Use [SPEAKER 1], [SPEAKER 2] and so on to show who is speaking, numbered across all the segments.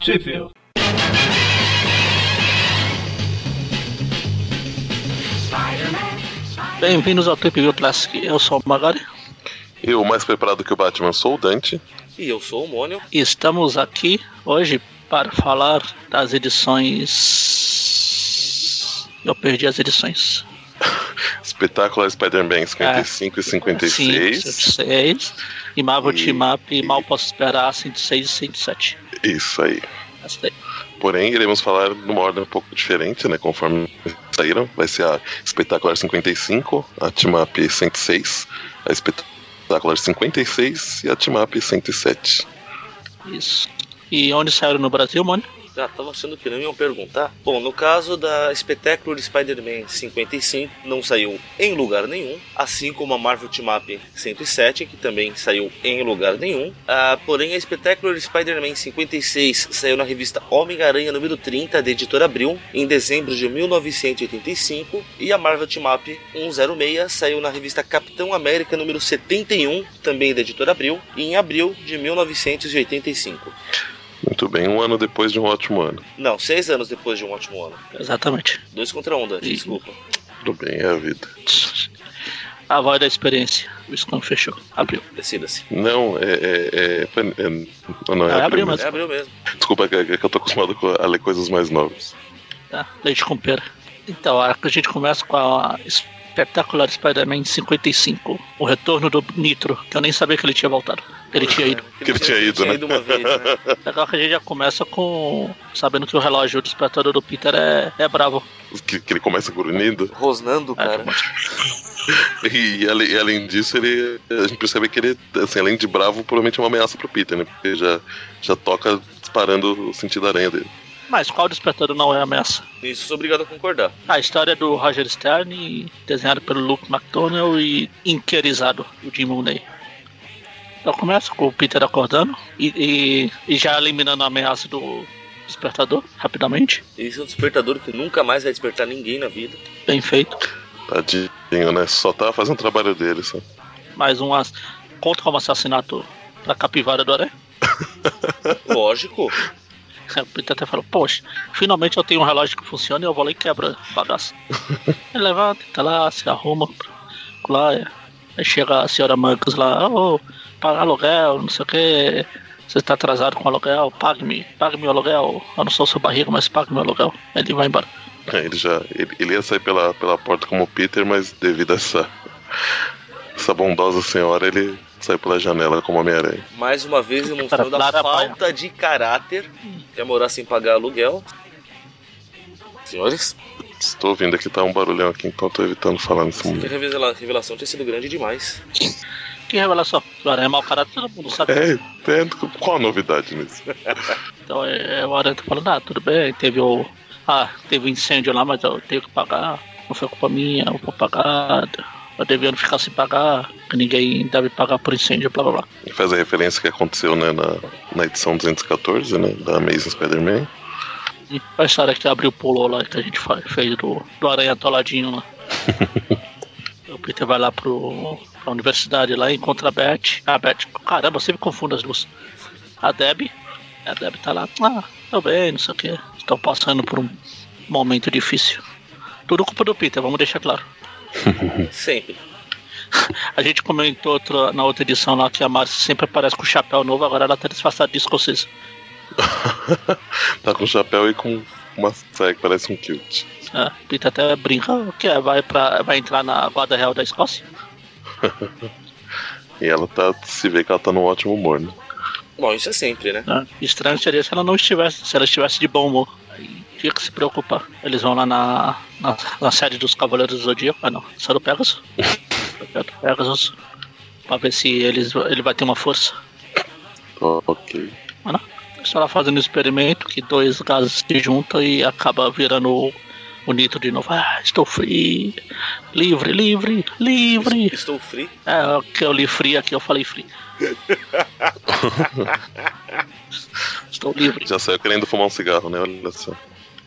[SPEAKER 1] Sheffield.
[SPEAKER 2] Bem-vindos ao Trip View Classic, eu sou o Magari
[SPEAKER 3] Eu, mais preparado que o Batman, sou o Dante.
[SPEAKER 4] E eu sou o Mônio.
[SPEAKER 2] e estamos aqui hoje para falar das edições. Eu perdi as edições.
[SPEAKER 3] Espetáculo Spider-Man
[SPEAKER 2] Ah.
[SPEAKER 3] 55 e 56.
[SPEAKER 2] 56 e Marvel
[SPEAKER 3] E-
[SPEAKER 2] Team Up e
[SPEAKER 3] e-
[SPEAKER 2] Mal Posso Esperar 106 e 107.
[SPEAKER 3] Isso aí.
[SPEAKER 2] Essa daí.
[SPEAKER 3] Porém, iremos falar numa ordem um pouco diferente, né? Conforme saíram. Vai ser a Espetacular 55, a Timap 106, a Espetacular 56 e a Timap 107.
[SPEAKER 2] Isso. E onde saíram no Brasil, mano?
[SPEAKER 4] Já tava achando que não iam perguntar. Bom, no caso da Spectacular Spider-Man 55, não saiu em lugar nenhum. Assim como a Marvel Team Up 107, que também saiu em lugar nenhum. Ah, porém, a Spectacular Spider-Man 56 saiu na revista Homem-Aranha número 30, da editora Abril, em dezembro de 1985. E a Marvel Team Up 106 saiu na revista Capitão América número 71, também da editora Abril, em abril de 1985.
[SPEAKER 3] Muito bem, um ano depois de um ótimo ano.
[SPEAKER 4] Não, seis anos depois de um ótimo ano.
[SPEAKER 2] Exatamente.
[SPEAKER 4] Dois contra um, Dante,
[SPEAKER 2] Ih.
[SPEAKER 4] desculpa.
[SPEAKER 3] Tudo bem, é a vida.
[SPEAKER 2] A voz da experiência. O Scrum fechou. Abriu.
[SPEAKER 4] Decida-se.
[SPEAKER 3] Não, é. é, é, pan- é- não, não, é,
[SPEAKER 2] Ah, é
[SPEAKER 3] a
[SPEAKER 2] abril,
[SPEAKER 3] primeira.
[SPEAKER 2] mas-
[SPEAKER 4] É abril mesmo.
[SPEAKER 3] Desculpa, é que é que eu tô acostumado com- a ler coisas mais novas.
[SPEAKER 2] Tá? Leite com pera. Então, a gente começa com a espetacular Spider-Man 55. O retorno do Nitro, que eu nem sabia que ele tinha voltado. que Ele tinha ido.
[SPEAKER 3] Que ele tinha ido, né?
[SPEAKER 4] uma vez, né?
[SPEAKER 2] Legal que a gente já começa com. sabendo que o relógio despertador do Peter é, é bravo. É,
[SPEAKER 3] Que, que ele começa grunhindo.
[SPEAKER 2] Ah,
[SPEAKER 4] Rosnando, cara.
[SPEAKER 3] E, ale- e além disso, ele, a gente percebe que ele, assim, além de bravo, provavelmente é uma ameaça pro Peter, né? Porque ele já, já toca disparando o sentido aranha dele.
[SPEAKER 2] Mas qual despertador não é ameaça?
[SPEAKER 4] Isso, sou obrigado a concordar.
[SPEAKER 2] A história é do Roger Stern, desenhado pelo Luke McDonnell e inquerizado o Jim Mooney. Então começa com o Peter acordando e, e- e já eliminando a ameaça do despertador rapidamente.
[SPEAKER 4] Isso é um despertador que nunca mais vai despertar ninguém na vida.
[SPEAKER 2] Bem feito.
[SPEAKER 3] Tadinho, né? Só tá fazendo o trabalho dele, só.
[SPEAKER 2] Mais um ass- conta como assassinato da capivara do Aré. É,
[SPEAKER 4] Lógico.
[SPEAKER 2] O Peter até falou, poxa, finalmente eu tenho um relógio que funciona e eu vou lá e quebra o bagaço. Ele levanta, tá lá, se arruma, lá, é. aí chega a senhora Mancos lá, ô, paga aluguel, não sei o que, você tá atrasado com aluguel, pague-me, pague-me o aluguel, eu não sou seu barriga, mas pague-me o aluguel. Aí Ele vai embora.
[SPEAKER 3] É, Ele já ele, ele ia sair pela, pela porta como o Peter, mas devido a essa, essa bondosa senhora, ele saiu pela janela como Homem-Aranha.
[SPEAKER 4] Mais uma vez demonstrando a
[SPEAKER 2] Clara tá Paia.
[SPEAKER 4] falta de caráter. Quer morar sem pagar aluguel. Senhores,
[SPEAKER 3] Estou ouvindo aqui, tá um barulhão aqui, então tô evitando falar nesse
[SPEAKER 4] que
[SPEAKER 3] momento.
[SPEAKER 4] revela- revelação tinha sido grande demais.
[SPEAKER 2] Que revelação, o Aranha é mau caráter, todo mundo sabe.
[SPEAKER 3] É, é, qual a novidade nisso?
[SPEAKER 2] Então é, é, o Aranha tá falando, ah, tudo bem, teve o. Ah, teve um incêndio lá, mas eu tenho que pagar. Não foi culpa minha, eu vou pagar. Eu devia não ficar sem pagar, que ninguém deve pagar por incêndio, blá blá blá.
[SPEAKER 3] Ele faz a referência que aconteceu né, na, na edição 214, né? Da Amazing Spider-Man.
[SPEAKER 2] E a história que abriu o pulo lá que a gente fa- fez do, do Aranha atoladinho lá. o Peter vai lá pro, pra universidade lá e encontra a Beth. A Beth, caramba, eu sempre confundo as duas. A Deb, a Deb tá lá, ah, tô bem, não sei o que. Estão passando por um momento difícil. Tudo culpa do Peter, vamos deixar claro.
[SPEAKER 4] Sempre.
[SPEAKER 2] A gente comentou outra- na outra edição lá que a Márcia sempre aparece com o chapéu novo, agora ela tá disfarçada de escocês.
[SPEAKER 3] Tá com chapéu e com uma saia que parece um kilt.
[SPEAKER 2] É, Peter até brinca, o que é? Vai, pra, vai entrar na Guarda Real da Escócia?
[SPEAKER 3] E ela tá. Se vê que ela tá num ótimo humor, né?
[SPEAKER 4] Bom, isso é sempre, né?
[SPEAKER 2] né? Estranho seria se ela não estivesse, se ela estivesse de bom humor. Aí tinha que se preocupar. Eles vão lá na, na, na sede dos Cavaleiros do Zodíaco, ah não, só do Pegasus. Do Pegasus, pra ver se eles, ele vai ter uma força.
[SPEAKER 3] Ó, Então, ok.
[SPEAKER 2] Só lá fazendo um experimento que dois gases se juntam e acaba virando o, o nitro de novo. Ah, estou free, livre, livre, livre.
[SPEAKER 4] Estou free.
[SPEAKER 2] É, o que eu li free aqui, eu falei free. estou livre.
[SPEAKER 3] Já saiu querendo fumar um cigarro, né? Olha só.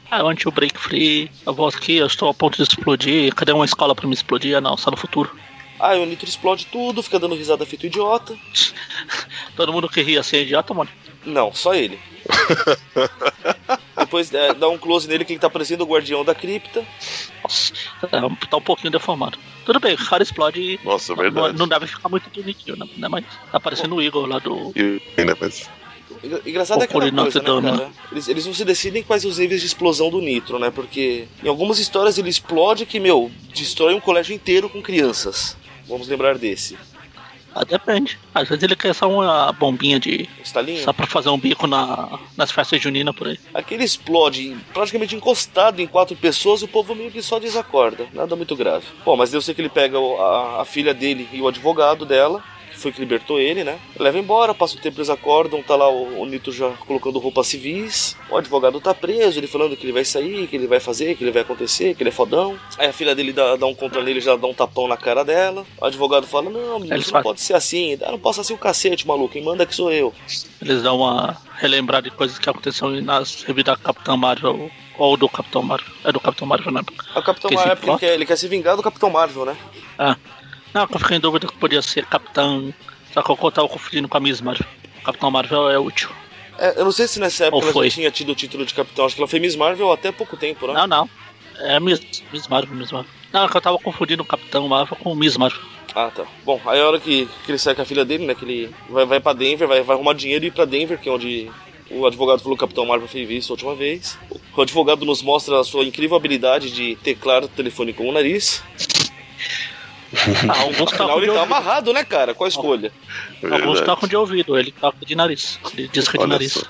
[SPEAKER 2] Ah, onde o break free? Eu volto aqui, eu estou a ponto de explodir. Cadê uma escola pra me explodir? Ah, não, só no futuro.
[SPEAKER 4] Ah, o Nitro explode tudo, fica dando risada feito idiota.
[SPEAKER 2] Todo mundo que ri assim é idiota, mano.
[SPEAKER 4] Não, só ele. Depois é, dá um close nele que ele tá parecendo o guardião da cripta.
[SPEAKER 2] Nossa, tá- tá um pouquinho deformado. Tudo bem, o cara explode e
[SPEAKER 3] Nossa, é
[SPEAKER 2] não,
[SPEAKER 3] verdade.
[SPEAKER 2] não deve ficar muito bonitinho, né? né, Mas tá parecendo o Igor lá do.
[SPEAKER 3] E né, ainda mais.
[SPEAKER 4] Engra- Engraçado é
[SPEAKER 2] Procure
[SPEAKER 4] aquela coisa,
[SPEAKER 2] Notre
[SPEAKER 4] né,
[SPEAKER 2] Dame.
[SPEAKER 4] cara? Eles, eles não se decidem quais os níveis de explosão do Nitro, né? Porque em algumas histórias ele explode que, meu, destrói um colégio inteiro com crianças. Vamos lembrar desse.
[SPEAKER 2] Ah, depende. Às vezes ele quer só uma bombinha de.
[SPEAKER 4] O Stalinho.
[SPEAKER 2] Só pra fazer um bico na, nas festas juninas por aí.
[SPEAKER 4] Aquele explode praticamente encostado em quatro pessoas e o povo meio que só desacorda. Nada muito grave. Bom, mas eu sei que ele pega o- a, a filha dele e o advogado dela, que foi que libertou ele, né? Leva embora, passa um tempo eles acordam, tá lá o, o Nito já colocando roupas civis. O advogado tá preso, ele falando que ele vai sair, que ele vai fazer, que ele vai acontecer, que ele é fodão. Aí a filha dele dá, dá um contra nele, já dá um tapão na cara dela. O advogado fala: Não, menino,
[SPEAKER 2] Eles
[SPEAKER 4] isso não
[SPEAKER 2] fazem-
[SPEAKER 4] pode ser assim. Ah, não posso ser assim o cacete, maluco. Quem manda que sou eu.
[SPEAKER 2] Eles dão uma relembrada de coisas que aconteceram nas revistas da Capitão Marvel ou do Capitão Marvel. É do Capitão Marvel, né?
[SPEAKER 4] O Capitão
[SPEAKER 2] Que esse
[SPEAKER 4] Marvel, é porque ele
[SPEAKER 2] plot-
[SPEAKER 4] quer, ele quer se vingar do Capitão Marvel, né?
[SPEAKER 2] Ah. Não, eu fiquei em dúvida que podia ser Capitão. Só que eu tava confundindo com a Miss Marvel. Capitão Marvel é útil.
[SPEAKER 4] É, eu não sei se nessa época
[SPEAKER 2] Ou
[SPEAKER 4] ela
[SPEAKER 2] foi?
[SPEAKER 4] já tinha tido o título de capitão. Acho que ela foi Miss Marvel até pouco tempo, né?
[SPEAKER 2] Não, não. É Miss, Miss Marvel, Miss Marvel. Não, é que eu tava confundindo o Capitão Marvel com o Miss Marvel.
[SPEAKER 4] Ah, tá. Bom, aí a hora que, que ele sai com a filha dele, né? Que ele vai, vai pra Denver, vai, vai arrumar dinheiro e ir pra Denver, que é onde o advogado falou que o Capitão Marvel fez isso a última vez. O advogado nos mostra a sua incrível habilidade de teclar o telefone com o nariz.
[SPEAKER 2] Alguns tocam
[SPEAKER 4] Afinal,
[SPEAKER 2] de Ah.
[SPEAKER 4] ele tá
[SPEAKER 2] ouvido.
[SPEAKER 4] amarrado, né, cara? Qual a escolha?
[SPEAKER 2] Alguns
[SPEAKER 3] Verdade.
[SPEAKER 2] tocam de ouvido, ele toca de nariz. Ele diz que é de
[SPEAKER 3] Olha
[SPEAKER 2] nariz.
[SPEAKER 3] só.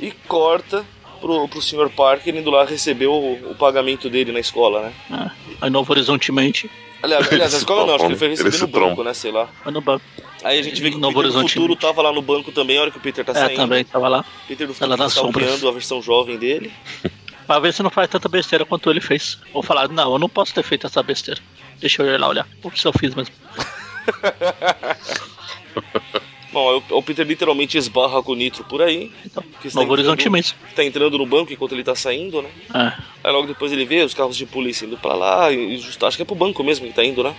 [SPEAKER 4] E corta pro, pro Sr. Parker indo lá receber o, o pagamento dele na escola, né?
[SPEAKER 2] né? Aí Novo Horizontemente,
[SPEAKER 4] Aliás, aliás, na escola não, acho que ele foi
[SPEAKER 3] Ele se
[SPEAKER 4] receber no
[SPEAKER 3] tromba.
[SPEAKER 4] banco, né? Sei lá.
[SPEAKER 2] foi no banco.
[SPEAKER 4] Aí a gente vê que o
[SPEAKER 2] Novo
[SPEAKER 4] Peter do
[SPEAKER 2] Horizonte.
[SPEAKER 4] futuro tava lá no banco também, a hora que o Peter tá
[SPEAKER 2] é,
[SPEAKER 4] saindo.
[SPEAKER 2] também tava lá.
[SPEAKER 4] O Peter do
[SPEAKER 2] Ela
[SPEAKER 4] futuro tá
[SPEAKER 2] nas sombras.
[SPEAKER 4] stalkeando a versão jovem dele.
[SPEAKER 2] Pra ver se não faz tanta besteira quanto ele fez. Ou falar, não, eu não posso ter feito essa besteira. Deixa eu ir lá olhar. Putz, eu fiz mesmo.
[SPEAKER 4] Bom, aí o, o Peter literalmente esbarra com o Nitro por aí,
[SPEAKER 2] Então,
[SPEAKER 4] Que está
[SPEAKER 2] Novo Horizonte
[SPEAKER 4] entrando-
[SPEAKER 2] mesmo.
[SPEAKER 4] tá entrando no banco enquanto ele tá saindo, né?
[SPEAKER 2] É.
[SPEAKER 4] Aí logo depois ele vê os carros de polícia indo pra lá, e justo, acho que é pro banco mesmo que tá indo, né?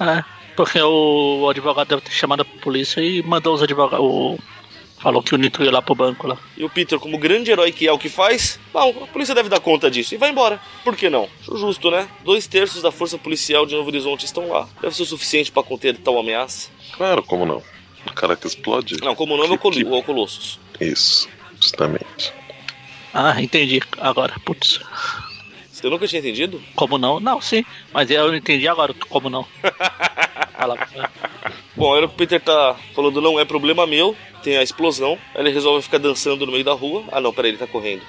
[SPEAKER 2] É. Porque o advogado deve ter chamado a polícia e mandou os advogados. o- Falou que o Nitro ia lá pro banco lá.
[SPEAKER 4] E o Peter, como grande herói que é o que faz, bom, a polícia deve dar conta disso e vai embora. Por que não? Acho justo, né? Dois terços da força policial de Novo Horizonte estão lá. Deve ser o suficiente pra conter tal ameaça.
[SPEAKER 3] Claro, como não? O cara que explode.
[SPEAKER 4] Não, como nome é
[SPEAKER 2] Tipo,
[SPEAKER 4] o, Col
[SPEAKER 3] Que- que-
[SPEAKER 4] o Colossus.
[SPEAKER 3] Isso, justamente.
[SPEAKER 2] Ah, entendi agora. Putz,
[SPEAKER 4] Você nunca tinha entendido?
[SPEAKER 2] como não? Não, sim. Mas eu entendi agora como não. Fala,
[SPEAKER 4] Bom, era o que o Peter tá falando, não é problema meu, tem a explosão. Aí ele resolve ficar dançando no meio da rua. Ah não, peraí, ele tá correndo.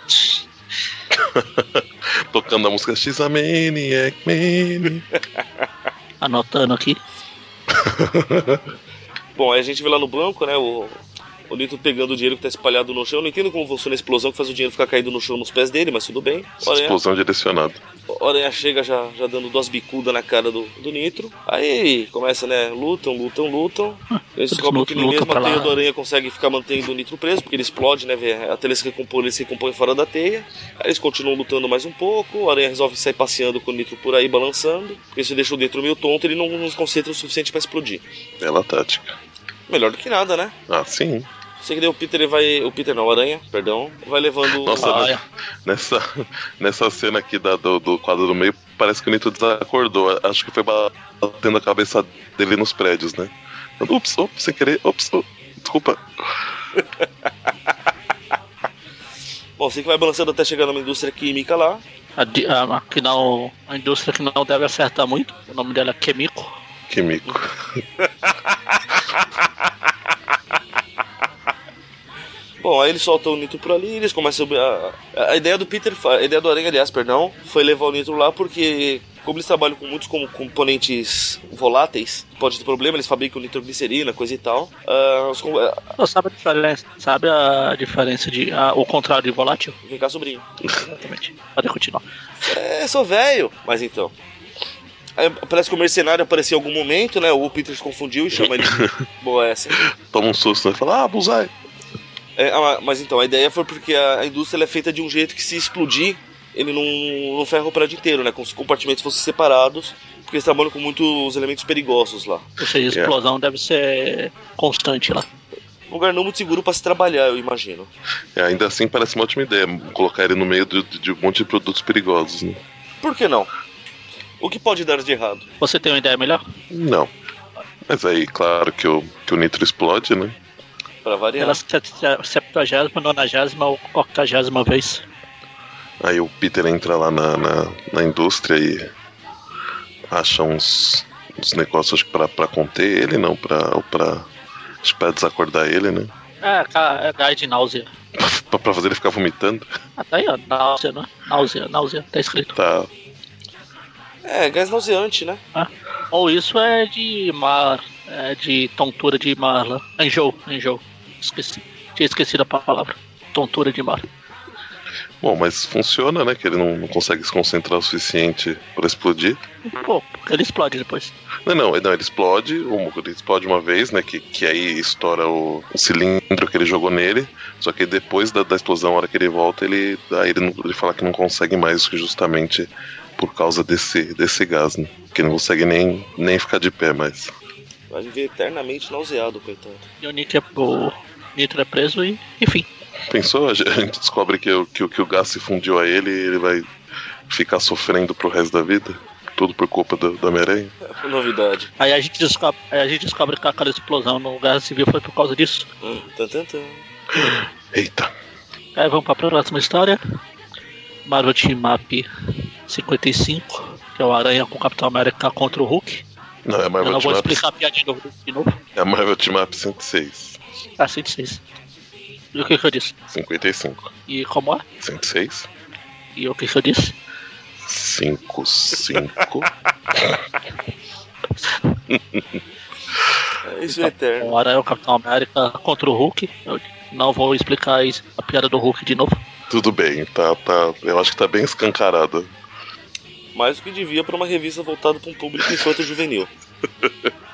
[SPEAKER 3] Tocando a música She's a Maniac, Maniac.
[SPEAKER 2] anotando aqui.
[SPEAKER 4] Bom, aí a gente vê lá no banco, né, o, o Nito pegando o dinheiro que tá espalhado no chão. Eu não entendo como funciona a explosão que faz o dinheiro ficar caído no chão nos pés dele, mas tudo bem. O Aranha,
[SPEAKER 3] Explosão direcionada.
[SPEAKER 4] o Aranha chega já, já dando duas bicudas na cara do, do Nitro. Aí começa, né, lutam, lutam, lutam.
[SPEAKER 2] Eles
[SPEAKER 4] Eles descobrem que
[SPEAKER 2] lutam,
[SPEAKER 4] nem
[SPEAKER 2] lutam
[SPEAKER 4] mesmo
[SPEAKER 2] pra
[SPEAKER 4] a
[SPEAKER 2] lá.
[SPEAKER 4] teia do Aranha consegue ficar mantendo o Nitro preso, porque ele explode, né, vê? a teia se recompõe, ele se recompõe fora da teia. Aí eles continuam lutando mais um pouco, o Aranha resolve sair passeando com o Nitro por aí, balançando, porque se deixa o Nitro meio tonto, ele não nos concentra o suficiente pra explodir.
[SPEAKER 3] Bela tática.
[SPEAKER 4] Melhor do que nada, né?
[SPEAKER 3] Ah, sim.
[SPEAKER 4] Sei que daí o Peter ele vai. O Peter não, o Aranha, perdão. Vai levando.
[SPEAKER 3] Nossa,
[SPEAKER 2] Ah,
[SPEAKER 3] mas
[SPEAKER 2] é.
[SPEAKER 3] nessa, nessa cena aqui da- do, do quadro do meio, parece que o Nito desacordou. Acho que foi batendo a cabeça dele nos prédios, né? Ups, ups, sem querer. Ups, ups. Desculpa.
[SPEAKER 4] Bom, sei que vai balançando até chegar numa indústria química lá.
[SPEAKER 2] A, di- a- a que não, a indústria que não deve acertar muito. O nome dela é Quemico.
[SPEAKER 3] Que mico.
[SPEAKER 4] Bom, aí eles soltam o Nitro por ali, eles começam a. A, a ideia do Peter, fa- a ideia do Aranha, aliás, perdão, foi levar o Nitro lá porque, como eles trabalham com muitos como componentes voláteis, pode ter problema, eles fabricam nitroglicerina, coisa e tal. Ah, os, com- ah,
[SPEAKER 2] Pô, sabe a diferença? Sabe a diferença de. a- o contrário de volátil?
[SPEAKER 4] vem cá, sobrinho.
[SPEAKER 2] Exatamente. Pode continuar.
[SPEAKER 4] É, sou velho. Mas então. Aí parece que o mercenário apareceu em algum momento, né? O Peter se confundiu e chama ele de boa essa.
[SPEAKER 3] Toma um susto, né? Fala, ah, Buzai.
[SPEAKER 4] É, ah, ma- mas então, a ideia foi porque a, a indústria ela é feita de um jeito que se explodir, ele não, não ferra o prédio inteiro, né? Como se os compartimentos fossem separados, porque eles trabalham com muitos elementos perigosos lá.
[SPEAKER 2] Ou seja, a explosão deve ser constante lá.
[SPEAKER 4] Um lugar não muito seguro pra se trabalhar, eu imagino.
[SPEAKER 3] É, ainda assim parece uma ótima ideia colocar ele no meio de, de um monte de produtos perigosos, né?
[SPEAKER 4] Por que não? O que pode dar de errado?
[SPEAKER 2] Você tem uma ideia melhor?
[SPEAKER 3] Não. Mas aí, claro que o, que o nitro explode, né?
[SPEAKER 4] Pra variar.
[SPEAKER 2] Pela set- septuagésima, nonagésima ou octagésima vez.
[SPEAKER 3] Aí o Peter entra lá na, na, na indústria e acha uns, uns negócios acho que pra, pra conter ele, não, pra, ou pra, acho que pra desacordar ele, né?
[SPEAKER 2] É, ca- é gás de náusea.
[SPEAKER 3] Pra, pra fazer ele ficar vomitando.
[SPEAKER 2] Ah, tá aí, ó. Náusea, né? Náusea, náusea, tá escrito.
[SPEAKER 3] Tá.
[SPEAKER 4] É, gás nauseante, né?
[SPEAKER 2] Ou isso é de mar. É de tontura de mar lá. Enjoo, enjoo. Esqueci. Tinha esquecido a palavra. Tontura de mar.
[SPEAKER 3] Bom, mas funciona, né? Que ele não, não consegue se concentrar o suficiente pra explodir.
[SPEAKER 2] Um pouco, porque ele explode depois.
[SPEAKER 3] Não, não, não, ele explode, um- ele explode uma vez, né? Que, que aí estoura o, o cilindro que ele jogou nele. Só que depois da, da explosão, a hora que ele volta, ele, aí ele, não- ele fala que não consegue mais, justamente por causa desse, desse gás, né? Que ele não consegue nem, nem ficar de pé mais.
[SPEAKER 4] Vai viver eternamente nauseado, coitado.
[SPEAKER 2] E o Nitro é, o Nitro é preso e. Enfim.
[SPEAKER 3] Pensou? A gente descobre que, o- que, o- que o gás se fundiu a ele e ele vai ficar sofrendo pro resto da vida? Tudo por culpa do, do Homem-Aranha?
[SPEAKER 4] É, novidade.
[SPEAKER 2] Aí a gente descobre, aí a gente descobre que aquela explosão no lugar civil foi por causa disso.
[SPEAKER 4] Hum, tan, tan, tan.
[SPEAKER 3] Eita!
[SPEAKER 2] Aí vamos para a próxima história. Marvel Team Map 55, que é o Aranha com o Capitão América contra o Hulk.
[SPEAKER 3] Não, é a
[SPEAKER 2] Eu
[SPEAKER 3] Marvel
[SPEAKER 2] não vou
[SPEAKER 3] Team Up,
[SPEAKER 2] explicar a piadinha do Hulk de novo.
[SPEAKER 3] é a Marvel Team Up 106.
[SPEAKER 2] Ah, 106. E o que, que eu disse?
[SPEAKER 3] 55.
[SPEAKER 2] E como é?
[SPEAKER 3] 106?
[SPEAKER 2] E o que, que eu disse?
[SPEAKER 3] 5, 5.
[SPEAKER 4] É, Isso é eterno.
[SPEAKER 2] O Aranha é o Capitão América contra o Hulk. Eu não vou explicar isso- a piada do Hulk de novo.
[SPEAKER 3] Tudo bem, tá, tá. Eu acho que tá bem escancarado.
[SPEAKER 4] Mais do que devia pra uma revista voltada pra um público infanto juvenil.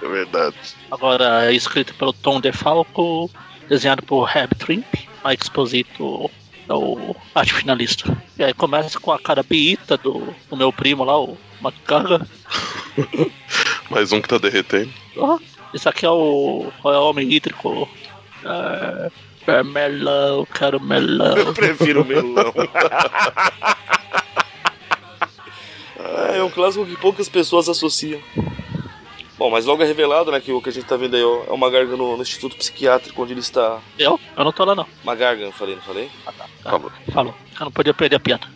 [SPEAKER 3] É verdade.
[SPEAKER 2] Agora é escrito pelo Tom DeFalco, desenhado por Herb Trimp, Mike Exposito é o arte finalista. E aí começa com a cara beita do, do meu primo lá, o Macaga.
[SPEAKER 3] Mais um que tá derretendo.
[SPEAKER 2] Oh, esse aqui é o, é o homem hídrico. É, é melão, quero melão.
[SPEAKER 4] prefiro o melão. é um clássico que poucas pessoas associam. Bom, mas logo é revelado, né, que o que a gente tá vendo aí ó, é uma garga no, no Instituto Psiquiátrico, onde ele está...
[SPEAKER 2] Eu? Eu não tô lá não.
[SPEAKER 4] Uma garga, eu falei, não falei?
[SPEAKER 2] Tá.
[SPEAKER 3] Calma,
[SPEAKER 2] Falou. Eu não podia perder a piada.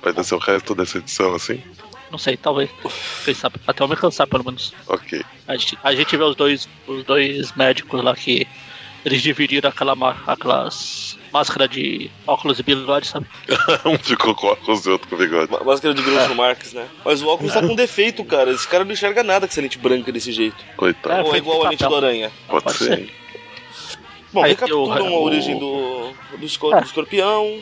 [SPEAKER 3] vai descer o resto dessa edição assim?
[SPEAKER 2] Não sei, talvez. Quem sabe? Até eu me cansar, pelo menos.
[SPEAKER 3] Ok.
[SPEAKER 2] A gente, a gente vê os dois, os dois médicos lá que eles dividiram aquela ma- aquelas máscara de óculos e bigode, sabe?
[SPEAKER 3] um ficou com óculos e outro com bigode.
[SPEAKER 4] Ma- Máscara de
[SPEAKER 2] É.
[SPEAKER 4] Groucho Marx, né? Mas o óculos tá com defeito, cara. Esse cara não enxerga nada com essa lente branca desse jeito.
[SPEAKER 3] Coitado.
[SPEAKER 2] É,
[SPEAKER 4] Ou é
[SPEAKER 2] foi
[SPEAKER 4] igual
[SPEAKER 2] de
[SPEAKER 4] a lente do
[SPEAKER 2] papel.
[SPEAKER 4] aranha.
[SPEAKER 3] Pode,
[SPEAKER 2] é, pode
[SPEAKER 3] ser.
[SPEAKER 2] ser.
[SPEAKER 4] Bom,
[SPEAKER 2] Aí tem o-
[SPEAKER 4] recapitulam a
[SPEAKER 2] o-
[SPEAKER 4] origem do, do, esco- do escorpião.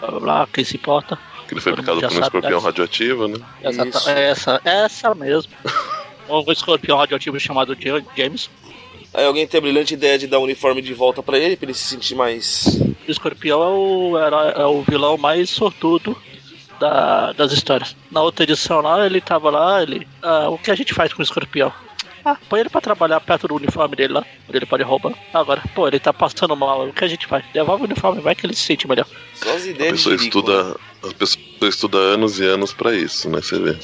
[SPEAKER 2] Blá, blá, blá, quem se importa.
[SPEAKER 3] Que ele foi
[SPEAKER 2] Todo
[SPEAKER 3] picado
[SPEAKER 2] mundo já
[SPEAKER 3] por um
[SPEAKER 2] sabe
[SPEAKER 3] escorpião
[SPEAKER 2] dessa.
[SPEAKER 3] radioativo, né?
[SPEAKER 2] Essa,
[SPEAKER 4] Isso.
[SPEAKER 2] é essa, essa mesmo. Um escorpião radioativo chamado Ja- James.
[SPEAKER 4] Aí alguém tem a brilhante ideia de dar o uniforme de volta pra ele, pra ele se sentir mais.
[SPEAKER 2] O escorpião é o, herói- é o vilão mais sortudo da- das histórias. Na outra edição lá, ele tava lá, ele. ah, o que a gente faz com o escorpião? Ah, põe ele pra trabalhar perto do uniforme dele lá, onde ele pode roubar. Agora, pô, ele tá passando mal, o que a gente faz? Devolve o uniforme, vai que ele se sente melhor.
[SPEAKER 4] Só as
[SPEAKER 3] A
[SPEAKER 4] ideias
[SPEAKER 3] pessoa
[SPEAKER 4] de rico, né?
[SPEAKER 3] estuda. A pessoa estuda anos e anos pra isso, né? Você vê.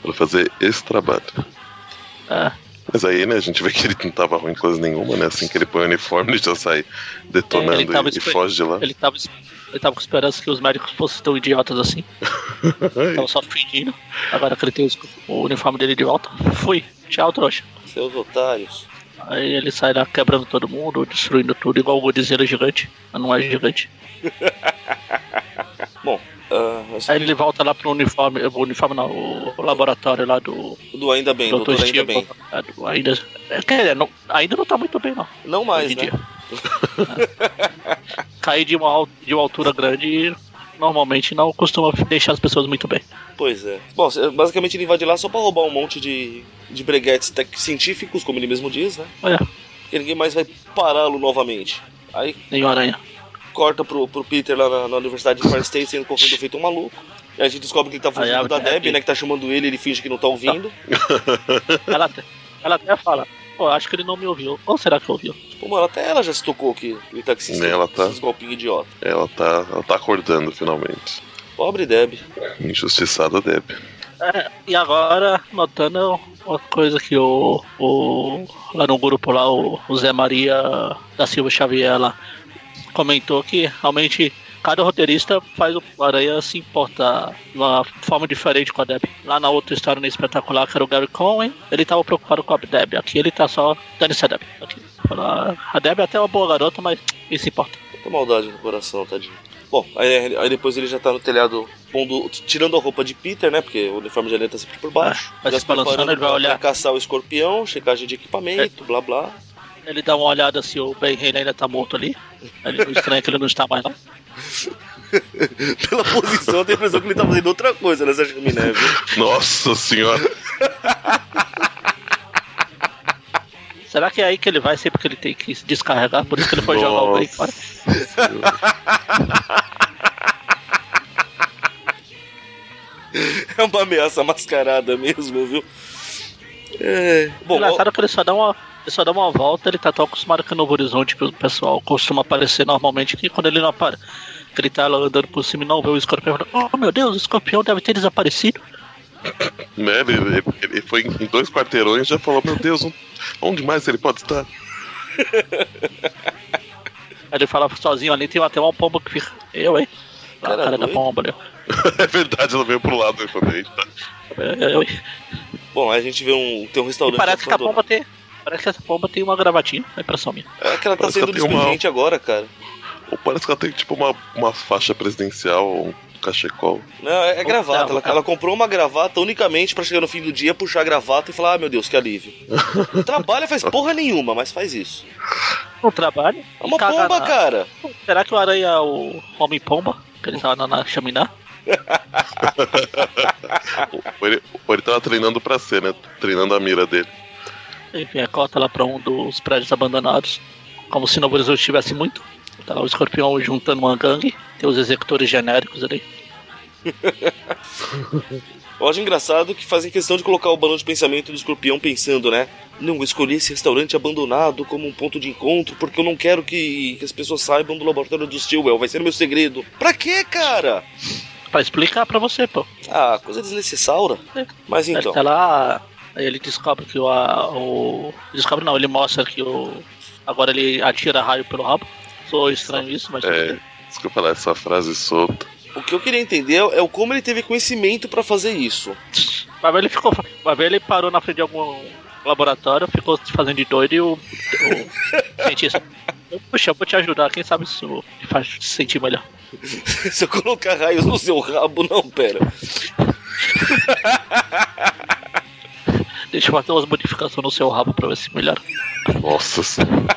[SPEAKER 3] Pra fazer esse trabalho.
[SPEAKER 2] É,
[SPEAKER 3] Mas aí, né, a gente vê que ele não tava ruim em coisa nenhuma, né? Assim que ele põe o uniforme, ele já sai detonando
[SPEAKER 2] É, ele tava
[SPEAKER 3] e, e
[SPEAKER 2] esper-
[SPEAKER 3] foge de lá.
[SPEAKER 2] ele tava. es- Ele tava com esperança que os médicos fossem tão idiotas assim. Tava só fingindo. Agora que ele tem o esco- o uniforme dele de volta. Fui. Tchau, trouxa.
[SPEAKER 4] Seus otários.
[SPEAKER 2] Aí ele sai lá quebrando todo mundo, destruindo tudo, igual o Godzilla gigante. Mas não é gigante.
[SPEAKER 4] Bom, ah, mas
[SPEAKER 2] Aí ele volta lá pro uniforme, o uniforme não, o laboratório lá do
[SPEAKER 4] do ainda bem, doutor,
[SPEAKER 2] Dr.
[SPEAKER 4] ainda
[SPEAKER 2] Steve.
[SPEAKER 4] bem.
[SPEAKER 2] É, do- Ainda, é, quer dizer, não- ainda não tá muito bem, não.
[SPEAKER 4] Não mais,
[SPEAKER 2] hoje em
[SPEAKER 4] né?
[SPEAKER 2] dia. Cair de uma, al- de uma altura grande normalmente não costuma deixar as pessoas muito bem.
[SPEAKER 4] Pois é. Bom, cê- basicamente ele invade lá só pra roubar um monte de, de breguetes tec- científicos, como ele mesmo diz, né?
[SPEAKER 2] Olha,
[SPEAKER 4] Porque ninguém mais vai pará-lo novamente. Aí
[SPEAKER 2] nem o aranha.
[SPEAKER 4] corta pro, pro Peter lá na, na Universidade de Far State sendo corrido feito um maluco. E a gente descobre que ele tá
[SPEAKER 2] Aí
[SPEAKER 4] fugindo
[SPEAKER 2] abre-
[SPEAKER 4] da Deb,
[SPEAKER 2] é,
[SPEAKER 4] né? Que tá chamando ele, ele finge que não tá ouvindo.
[SPEAKER 2] Ela até, ela até fala. Pô, acho que ele não me ouviu. Ou será que ouviu?
[SPEAKER 4] Pô, Tipo, mano, até ela já se tocou que o taxista
[SPEAKER 3] Ela tá.
[SPEAKER 4] esses golpinhos idiota.
[SPEAKER 3] Ela tá, ela tá acordando finalmente.
[SPEAKER 4] Pobre Deb.
[SPEAKER 3] Injustiçada Deb.
[SPEAKER 2] É, e agora, notando uma coisa que o, o lá no grupo lá, o, o Zé Maria da Silva Xavier lá comentou que realmente cada roteirista faz o Aranha se importar de uma forma diferente com a Deb. Lá na outra história no espetacular, que era o Gary Cohen, ele tava preocupado com a Deb. Aqui ele tá só dando-se a Deb. Aqui. Fala, A Deb é até uma boa garota, mas isso importa.
[SPEAKER 4] Muita maldade no coração, tadinho. Bom, aí, aí depois ele já tá no telhado pondo, tirando a roupa de Peter, né? Porque o uniforme de aranha tá sempre por baixo.
[SPEAKER 2] É, vai se balançando,
[SPEAKER 4] preparando
[SPEAKER 2] ele vai
[SPEAKER 4] pra-
[SPEAKER 2] olhar. É.
[SPEAKER 4] pra caçar o escorpião, checagem de equipamento, blá blá.
[SPEAKER 2] Ele dá uma olhada se o Ben Reilly ainda tá morto ali. Ele não estranha que ele não está mais lá.
[SPEAKER 4] Pela posição, eu tenho a impressão que ele tá fazendo outra coisa nessa chaminé, viu?
[SPEAKER 3] Nossa senhora!
[SPEAKER 2] Será que é aí que ele vai sempre que ele tem que se descarregar? Por isso que ele foi jogar o bem
[SPEAKER 3] Nossa
[SPEAKER 2] fora?
[SPEAKER 3] Senhora.
[SPEAKER 4] É uma ameaça mascarada mesmo, viu? É. Bom, ó,
[SPEAKER 2] Engraçado que ele só dá uma. Ele só dá uma volta, ele tá tão acostumado com o Novo Horizonte que o pessoal costuma aparecer normalmente que quando ele não aparece. Ele tá lá andando por cima e não vê o escorpião. ele fala, Oh meu Deus, o escorpião deve ter desaparecido.
[SPEAKER 3] né? ele, ele- ele foi em dois quarteirões e já falou: Meu Deus, onde mais ele pode estar?
[SPEAKER 2] Aí ele fala sozinho ali, tem até uma pomba que fica. Eu, hein? A
[SPEAKER 4] Cara
[SPEAKER 2] cara da
[SPEAKER 4] doido.
[SPEAKER 2] pomba ali. ó.
[SPEAKER 3] É verdade, ela veio pro lado e falou: Eita,
[SPEAKER 2] Eu, eu, hein?"
[SPEAKER 4] bom, aí a gente vê um. Tem um
[SPEAKER 2] E
[SPEAKER 4] restaurante.
[SPEAKER 2] parece que a
[SPEAKER 4] abandonado.
[SPEAKER 2] pomba tem. Parece que essa pomba tem uma gravatinha, é impressão minha.
[SPEAKER 4] É que ela tá
[SPEAKER 3] Parece que
[SPEAKER 4] sendo
[SPEAKER 3] ela tem uma-
[SPEAKER 4] displicente agora, cara.
[SPEAKER 3] Ou parece que ela tem tipo uma, uma faixa presidencial ou um cachecol.
[SPEAKER 4] Não, é, é gravata.
[SPEAKER 2] tá,
[SPEAKER 4] Ela,
[SPEAKER 2] tá.
[SPEAKER 4] ela comprou uma gravata unicamente pra chegar no fim do dia, puxar a gravata e falar: Ah, meu Deus, que alívio. Trabalha, faz porra nenhuma, mas faz isso.
[SPEAKER 2] No trabalho.
[SPEAKER 4] É uma
[SPEAKER 2] caga
[SPEAKER 4] pomba,
[SPEAKER 2] na-
[SPEAKER 4] cara.
[SPEAKER 2] Será que o aranha é o homem pomba? Que ele tava na, na chaminé?
[SPEAKER 3] Ou ele, ou ele tava treinando pra ser, né? Treinando a mira dele.
[SPEAKER 2] Enfim, a cota lá pra um dos prédios abandonados. Como se Novo Horizonte tivesse muito. Tá lá o escorpião juntando uma gangue. Tem os executores genéricos ali.
[SPEAKER 4] Eu acho engraçado que fazem questão de colocar o balão de pensamento do escorpião pensando, né? Não, eu escolhi esse restaurante abandonado como um ponto de encontro porque eu não quero que, que as pessoas saibam do laboratório do Stilwell. Vai ser meu segredo. Pra quê, cara?
[SPEAKER 2] Pra explicar pra você, pô.
[SPEAKER 4] Ah, coisa desnecessária.
[SPEAKER 2] É.
[SPEAKER 4] Mas então.
[SPEAKER 2] Ele tá lá. Aí ele descobre que o, a- o- Descobre não, ele mostra que o. Agora ele atira raio pelo rabo. Sou estranho isso, mas.
[SPEAKER 3] É, isso que eu falar, essa frase solta.
[SPEAKER 4] O que eu queria entender é o como ele teve conhecimento pra fazer isso.
[SPEAKER 2] Vai ver ele ficou. Vai ver ele parou na frente de algum laboratório, ficou se fazendo de doido e o, o cientista. Puxa, eu vou te ajudar, quem sabe isso te faz se sentir melhor.
[SPEAKER 4] Se eu colocar raios no seu rabo, não, pera.
[SPEAKER 2] Deixa eu fazer umas modificações no seu rabo pra ver se melhora.
[SPEAKER 3] Nossa senhora.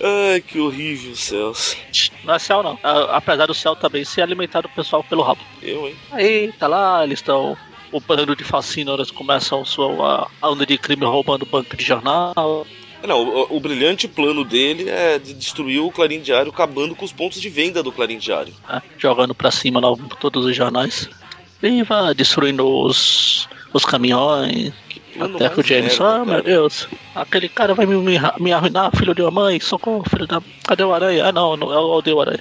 [SPEAKER 4] Ai, que horrível, Celso.
[SPEAKER 2] Não é céu não. A- Apesar do céu também ser alimentado o pessoal pelo rabo.
[SPEAKER 4] Eu, hein?
[SPEAKER 2] Aí tá lá, eles estão. O bando de fascínoras começam sua a onda de crime roubando banco de jornal.
[SPEAKER 4] Não, o, o brilhante plano dele é de destruir o Clarim Diário, acabando com os pontos de venda do Clarim Diário.
[SPEAKER 2] né, jogando pra cima lá, todos os jornais. Viva, destruindo os, os caminhões.
[SPEAKER 4] plano
[SPEAKER 2] até que o
[SPEAKER 4] mais
[SPEAKER 2] James,
[SPEAKER 4] merda,
[SPEAKER 2] ah, meu
[SPEAKER 4] cara."
[SPEAKER 2] Deus, aquele cara vai me, me, arru- me arruinar, filho de uma mãe, socorro, filho da. Cadê o aranha? Ah, não, não eu odeio o aranha.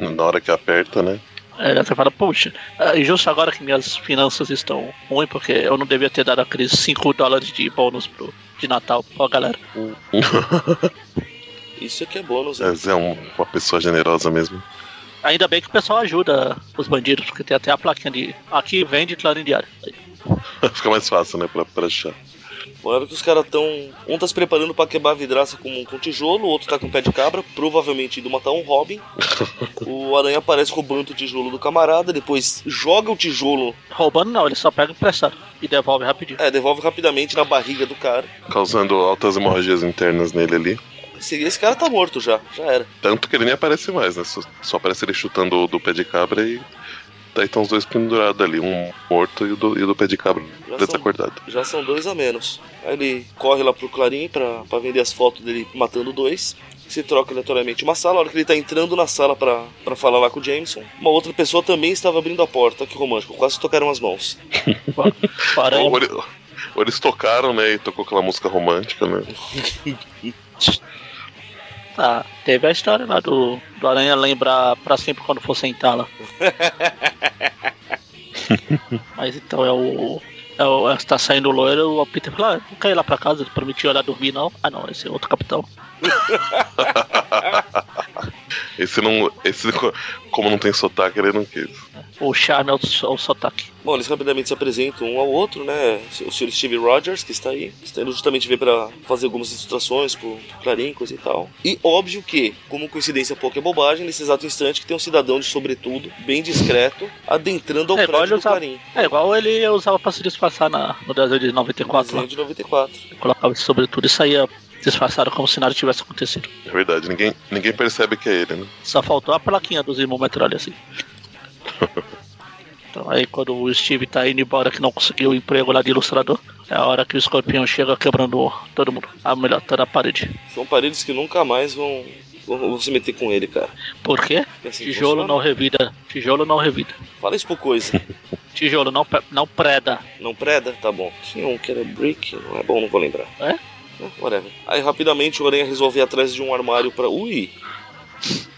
[SPEAKER 3] Na hora que aperta, né?
[SPEAKER 2] Aí você fala, poxa, ah, e justo agora que minhas finanças estão ruins, porque eu não devia ter dado aqueles 5 dólares de bônus pro, de Natal pra galera.
[SPEAKER 4] Isso é que é bônus, hein?
[SPEAKER 3] Mas é um- uma pessoa generosa mesmo.
[SPEAKER 2] Ainda bem que o pessoal ajuda os bandidos, porque tem até a plaquinha de. Aqui vende Clarim Diário.
[SPEAKER 3] Fica mais fácil, né? Pra, pra achar.
[SPEAKER 4] Uma hora que os caras estão. Um tá se preparando pra quebrar a vidraça com, com tijolo, o outro tá com pé de cabra, provavelmente indo matar um Robin. o Aranha aparece roubando o tijolo do camarada, depois joga o tijolo,
[SPEAKER 2] Roubando não, ele só pega emprestado e devolve rapidinho.
[SPEAKER 4] é, devolve rapidamente na barriga do cara.
[SPEAKER 3] Causando altas hemorragias internas nele ali.
[SPEAKER 4] Esse, esse cara tá morto já, já era.
[SPEAKER 3] Tanto que ele nem aparece mais, né? Só, só aparece ele chutando o do pé de cabra e. Daí estão os dois pendurados ali, um morto e o do, e o do pé de cabra
[SPEAKER 4] Já são-
[SPEAKER 3] desacordado.
[SPEAKER 4] Já são dois a menos. Aí ele corre lá pro Clarim pra, pra vender as fotos dele matando dois. se troca aleatoriamente uma sala. A hora que ele tá entrando na sala pra pra falar lá com o Jameson, uma outra pessoa também estava abrindo a porta. Que romântico, quase tocaram as mãos.
[SPEAKER 2] O aranha,
[SPEAKER 3] Ou, ele- ou eles tocaram, né? E tocou aquela música romântica, né?
[SPEAKER 2] tá, teve a história lá do, do aranha lembrar pra sempre quando for sentar lá. Mas então é o. É o é, tá saindo o loiro, o Peter fala, ah, não quer ir lá pra casa, ele prometiu ir lá dormir não. Ah não, esse é outro capitão.
[SPEAKER 3] Esse não. Esse, como não tem sotaque, ele não quis.
[SPEAKER 2] O charme é o, é o sotaque.
[SPEAKER 4] Bom, eles rapidamente se apresentam um ao outro, né? O Sr. Steve Rogers, que está aí, está indo justamente ver para fazer algumas ilustrações pro pro Clarim, coisa e tal. E óbvio que, como coincidência pouca é bobagem, nesse exato instante que tem um cidadão de sobretudo, bem discreto, adentrando ao
[SPEAKER 2] É,
[SPEAKER 4] prédio
[SPEAKER 2] olha
[SPEAKER 4] do
[SPEAKER 2] o sa-
[SPEAKER 4] Clarim.
[SPEAKER 2] É igual ele usava pra se disfarçar na, no desenho de 94 lá.
[SPEAKER 4] Desenho de 94.
[SPEAKER 2] Ele colocava isso sobretudo e saía disfarçado como se nada tivesse acontecido.
[SPEAKER 3] É verdade, ninguém, ninguém percebe que é ele, né?
[SPEAKER 2] Só faltou a plaquinha dos irmãos metralha assim. Então aí quando o Steve tá indo embora que não conseguiu o emprego lá de ilustrador, é a hora que o escorpião chega quebrando todo mundo. A melhor, tá na parede.
[SPEAKER 4] São paredes que nunca mais vão, vão, vão se meter com ele, cara.
[SPEAKER 2] Por quê?
[SPEAKER 4] É assim que
[SPEAKER 2] Tijolo
[SPEAKER 4] funciona.
[SPEAKER 2] não revida. Tijolo não revida.
[SPEAKER 4] Fala isso por coisa.
[SPEAKER 2] Tijolo não, pe- não preda.
[SPEAKER 4] Não preda? Tá bom. Tinha um que era brick, não é bom, não vou lembrar.
[SPEAKER 2] É?
[SPEAKER 4] É, Whatever. Aí rapidamente o Aranha resolve ir atrás de um armário pra. Ui!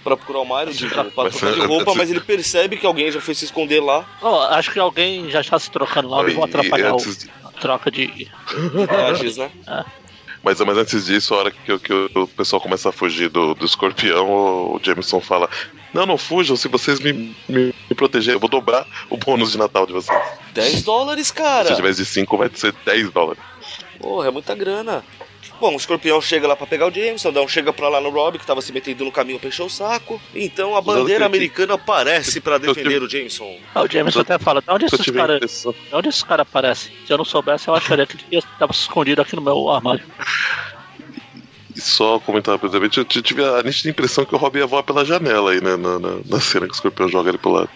[SPEAKER 4] Pra procurar um armário de, pra
[SPEAKER 3] Mas,
[SPEAKER 4] trocar de
[SPEAKER 3] é,
[SPEAKER 4] roupa,
[SPEAKER 3] é,
[SPEAKER 4] mas ele percebe que alguém já foi se esconder lá.
[SPEAKER 2] Ó, acho que alguém já está se trocando lá, não vou
[SPEAKER 3] E
[SPEAKER 2] atrapalhar o-
[SPEAKER 3] antes de-
[SPEAKER 2] a troca de.
[SPEAKER 4] Lajes, né?
[SPEAKER 3] mas, mas antes disso, a hora que, o- que o pessoal começa a fugir do, do escorpião, o Jameson fala: Não, não fujam, se vocês me, me, me protegerem, eu vou dobrar o bônus de Natal de vocês.
[SPEAKER 4] 10 dólares,
[SPEAKER 3] Se
[SPEAKER 4] cara!
[SPEAKER 3] eu tivesse de 5, vai ser 10 dólares.
[SPEAKER 4] Porra, é muita grana. Bom, o escorpião chega lá pra pegar o Jameson, dá um chega pra lá no Rob, que tava se metendo no caminho pra encher o saco. Então a bandeira
[SPEAKER 3] eu-
[SPEAKER 4] americana aparece pra
[SPEAKER 3] eu-
[SPEAKER 4] defender o Jameson.
[SPEAKER 2] Ah, o James até fala, de onde
[SPEAKER 3] Se eu
[SPEAKER 2] esses
[SPEAKER 3] tiver
[SPEAKER 2] caras.
[SPEAKER 3] impressão.
[SPEAKER 2] De onde esse cara aparece? Se eu não soubesse, eu acharia que ele estava escondido aqui no meu armário.
[SPEAKER 3] E só comentar rapidamente, eu t- tive a nítida impressão que o Rob ia voar pela janela aí, né? Na, na, na cena que o escorpião joga ele pro lado.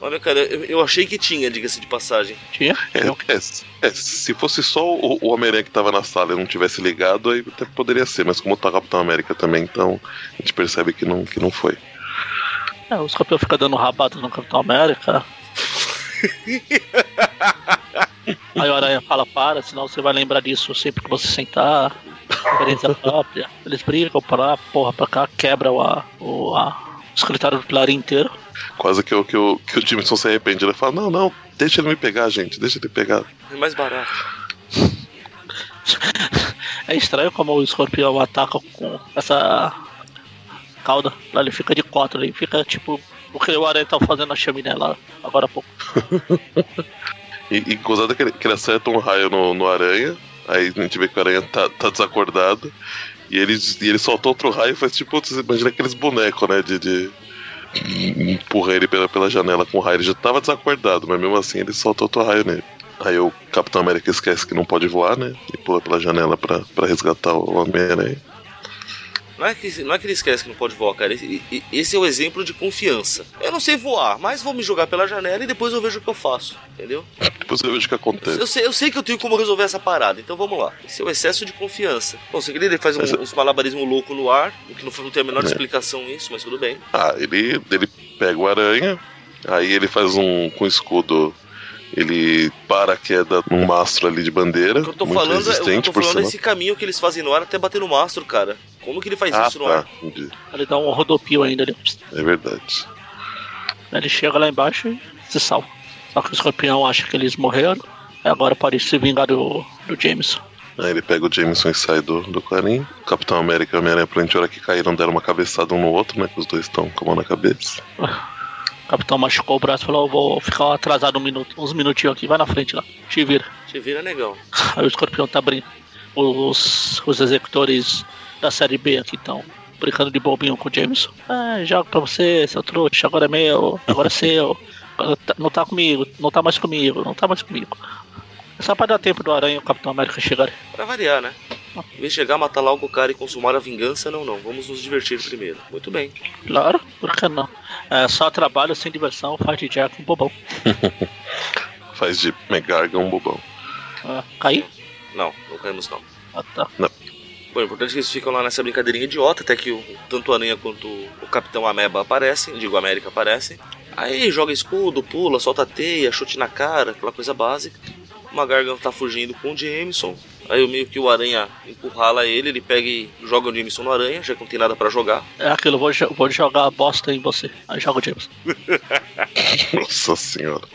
[SPEAKER 4] Olha, cara, eu, eu achei que tinha, diga-se de passagem.
[SPEAKER 2] Tinha? Não.
[SPEAKER 3] É, é, é, se fosse só o, o Homem-Aranha que tava na sala e não tivesse ligado, aí até poderia ser, mas como tá o Capitão América também, então a gente percebe que não, que não foi.
[SPEAKER 2] É, o escorpião fica dando rabada no Capitão América. Aí o Aranha fala, para, senão você vai lembrar disso sempre que você sentar. Experiência própria. Eles brigam para lá, porra pra cá, quebra o, a- o, a- o escritório do pilar inteiro.
[SPEAKER 3] Quase que, o- que, o, que o Jameson se arrepende. Ele fala: Não, não, deixa ele me pegar, gente, deixa ele pegar.
[SPEAKER 4] É mais barato.
[SPEAKER 2] É estranho como o escorpião ataca com essa cauda. Lá Ele fica de quatro, ele fica tipo o que o aranha tá fazendo na chaminé lá agora há pouco.
[SPEAKER 3] E, e gozada que ele, que ele acerta um raio no, no Aranha, aí a gente vê que o Aranha tá, tá desacordado. E ele, e ele soltou outro raio e faz tipo, você imagina aqueles bonecos, né? De. de... Empurra ele pela, pela janela com o raio. Ele já tava desacordado, mas mesmo assim ele soltou outro raio nele. Aí o Capitão América esquece que não pode voar, né? E pula pela janela pra, pra resgatar o Homem-Aranha.
[SPEAKER 4] Não é, que, não é que ele esquece que não pode voar, cara. Esse, e- e- esse é o exemplo de confiança. Eu não sei voar, mas vou me jogar pela janela e depois eu vejo o que eu faço, entendeu?
[SPEAKER 3] Depois eu vejo o que acontece.
[SPEAKER 4] Eu sei, eu sei que eu tenho como resolver essa parada, então vamos lá. Esse é o excesso de confiança. Bom, você queria ele faz um-
[SPEAKER 3] Mas-
[SPEAKER 4] uns malabarismos loucos no ar, o que não, não tem a menor
[SPEAKER 3] É.
[SPEAKER 4] explicação isso, mas tudo bem.
[SPEAKER 3] Ah, ele, ele pega o aranha, aí ele faz um com escudo. Ele para a queda num mastro ali de bandeira.
[SPEAKER 4] O que eu tô
[SPEAKER 3] muito
[SPEAKER 4] falando, é, o que eu
[SPEAKER 3] resistente,
[SPEAKER 4] tô
[SPEAKER 3] por
[SPEAKER 4] falando é
[SPEAKER 3] sinal.
[SPEAKER 4] esse caminho que eles fazem no ar até bater no mastro, cara. Como que ele faz
[SPEAKER 3] Ah,
[SPEAKER 4] isso no ar?
[SPEAKER 3] tá. entendi.
[SPEAKER 2] Ele dá um rodopio ainda, ele,
[SPEAKER 3] É verdade.
[SPEAKER 2] Né, ele chega lá embaixo e se salva. Só que o escorpião acha que eles morreram. E agora pode se vingar do, do Jameson.
[SPEAKER 3] Aí ele pega o Jameson e sai do, do Clarim. Capitão América e Homem-Aranha, pra gente, a hora que caíram, deram uma cabeçada um no outro, né? Que os dois estão com a mão na cabeça.
[SPEAKER 2] O capitão machucou o braço e falou: Eu vou ficar atrasado um minuto, uns minutinhos aqui, vai na frente lá. Te vira.
[SPEAKER 4] Te vira, negão.
[SPEAKER 2] Aí o escorpião tá brincando. Os, os executores da série B aqui estão brincando de bobinho com o Jameson. Ah, jogo pra você, seu trouxa, agora é meu, agora é seu. Agora tá- Não tá comigo, não tá mais comigo, não tá mais comigo. É Só pra dar tempo do Aranha e o Capitão América chegar.
[SPEAKER 4] Pra variar, né? Em vez de chegar, matar logo o cara e consumar a vingança, não, não. Vamos nos divertir primeiro. Muito bem.
[SPEAKER 2] Claro, por que não? É, só trabalho sem diversão, faz de Jack um bobão.
[SPEAKER 3] Faz de Megarga um bobão.
[SPEAKER 2] Ah, caiu?
[SPEAKER 4] Não, não caímos não.
[SPEAKER 2] Ah, tá.
[SPEAKER 4] Bom, o importante é que eles ficam lá nessa brincadeirinha idiota, até que o, tanto o Aranha quanto o Capitão Ameba aparecem, digo América aparecem. Aí joga escudo, pula, solta teia, chute na cara, aquela coisa básica. Uma garganta tá fugindo com o Jameson. Aí o meio que o Aranha encurrala ele, ele pega e joga o Jameson no Aranha, já que não tem nada pra jogar.
[SPEAKER 2] É aquilo, vou, jo- vou jogar a bosta em você. Aí joga o Jameson.
[SPEAKER 3] Nossa senhora.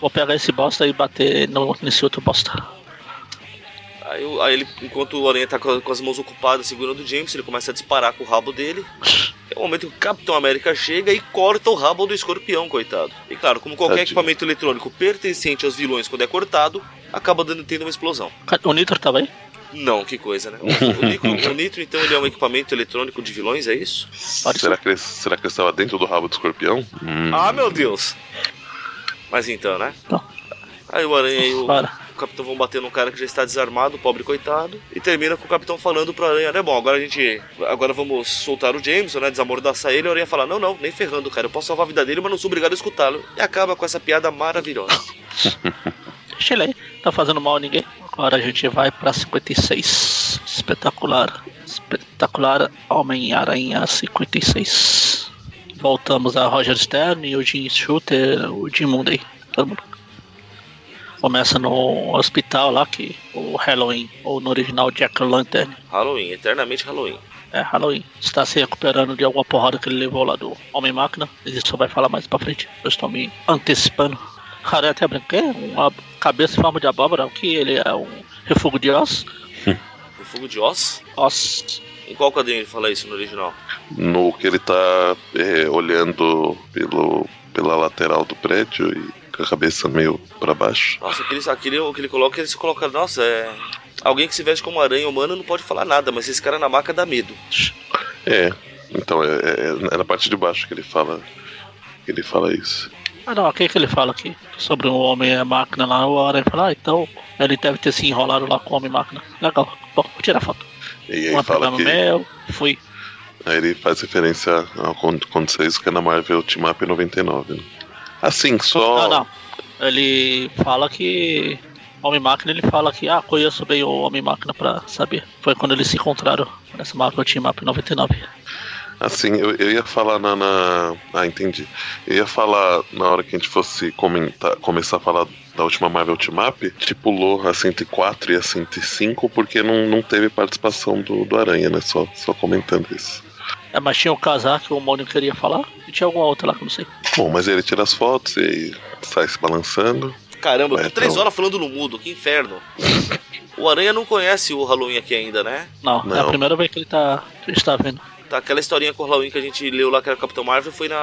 [SPEAKER 2] Vou pegar esse bosta e bater no, nesse outro bosta.
[SPEAKER 4] Aí, o- aí ele, enquanto o Aranha tá com, a- com as mãos ocupadas segurando o Jameson, ele começa a disparar com o rabo dele. É o momento que o Capitão América chega e corta o rabo do escorpião, coitado. E claro, como qualquer
[SPEAKER 3] Tadinho.
[SPEAKER 4] equipamento eletrônico pertencente aos vilões quando é cortado, acaba dando, tendo uma explosão.
[SPEAKER 2] Cadê- O Nitro tá tava aí?
[SPEAKER 4] Não, que coisa, né? O, o nitro, o nitro, então, ele é um equipamento eletrônico de vilões, é isso?
[SPEAKER 2] Pode
[SPEAKER 3] Será que, ele, será que ele estava dentro do rabo do escorpião? Hum,
[SPEAKER 4] Ah, meu Deus! Mas então, né?
[SPEAKER 2] Não. Ah,
[SPEAKER 4] Aí o Aranha e o,
[SPEAKER 2] Para.
[SPEAKER 4] o Capitão vão bater num cara que já está desarmado, pobre coitado. E termina com o Capitão falando pro Aranha, né? Bom, agora a gente... Agora vamos soltar o Jameson, né? Desamordaçar ele. E o Aranha fala, não, não, nem ferrando, cara. Eu posso salvar a vida dele, mas não sou obrigado a escutá-lo. E acaba com essa piada maravilhosa.
[SPEAKER 2] Deixa ele aí. Tá fazendo mal a ninguém. Agora a gente vai pra 56. Espetacular. Espetacular Homem-Aranha 56. Voltamos a Roger Stern e o Jim Shooter, o Jim Munday. Todo mundo. Começa no hospital lá que o Halloween, ou no original Jack Lantern,
[SPEAKER 4] Halloween, eternamente Halloween.
[SPEAKER 2] é Halloween, está se recuperando de alguma porrada que ele levou lá do Homem-Máquina. Ele só vai falar mais pra frente. Eu estou me antecipando. Cara, até brinquei. Uma cabeça em forma de abóbora, o que ele é um refúgio de ossos.
[SPEAKER 4] O Fogo de Oz?
[SPEAKER 2] Ossos.
[SPEAKER 4] Em qual quadrinho ele fala isso no original?
[SPEAKER 3] No que ele tá é, olhando pelo, pela lateral do prédio e com a cabeça meio pra baixo.
[SPEAKER 4] Nossa, aquele, aquele, o que ele coloca, ele se coloca. Nossa, é. Alguém que se veste como aranha humana não pode falar nada, mas esse cara na maca dá medo.
[SPEAKER 3] É, então é, é- é na parte de baixo que ele fala que ele fala isso.
[SPEAKER 2] Ah não, o que, que ele fala aqui? Sobre o Homem-Máquina lá, o Aranha fala, ah, então ele deve ter se enrolado lá com o Homem-Máquina. Legal. Bom, vou tirar foto.
[SPEAKER 3] E
[SPEAKER 2] Um
[SPEAKER 3] aí
[SPEAKER 2] é
[SPEAKER 3] fala
[SPEAKER 2] problema
[SPEAKER 3] que
[SPEAKER 2] meu, fui.
[SPEAKER 3] aí ele faz referência ao quando aconteceu isso que é na Marvel Team Up 99. Né? Assim, só
[SPEAKER 2] Ah, Não, não. Ele fala que. Homem-Máquina, ele fala que, ah, conheço bem o Homem-Máquina pra saber. Foi quando eles se encontraram nessa Marvel Team Up 99.
[SPEAKER 3] Assim, eu, eu ia falar na, na- Ah, entendi. Eu ia falar na hora que a gente fosse comentar, começar a falar da última Marvel Team Up, te pulou a 104 e a 105 porque não, não teve participação do, do Aranha, né? Só, só comentando isso.
[SPEAKER 2] É, mas tinha o casaco que o Mônio queria falar e tinha alguma outra lá que eu não sei.
[SPEAKER 3] Bom, mas ele tira as fotos e sai se balançando.
[SPEAKER 4] Caramba, eu
[SPEAKER 3] Ué,
[SPEAKER 4] tô três
[SPEAKER 3] então.
[SPEAKER 4] horas falando no mudo, que inferno. O Aranha não conhece o Halloween aqui ainda, né?
[SPEAKER 2] Não, é a
[SPEAKER 3] Não.
[SPEAKER 2] primeira vez que ele tá, está vendo.
[SPEAKER 4] Tá, aquela historinha com o Halloween que a gente leu lá, que era o Capitão Marvel, foi na.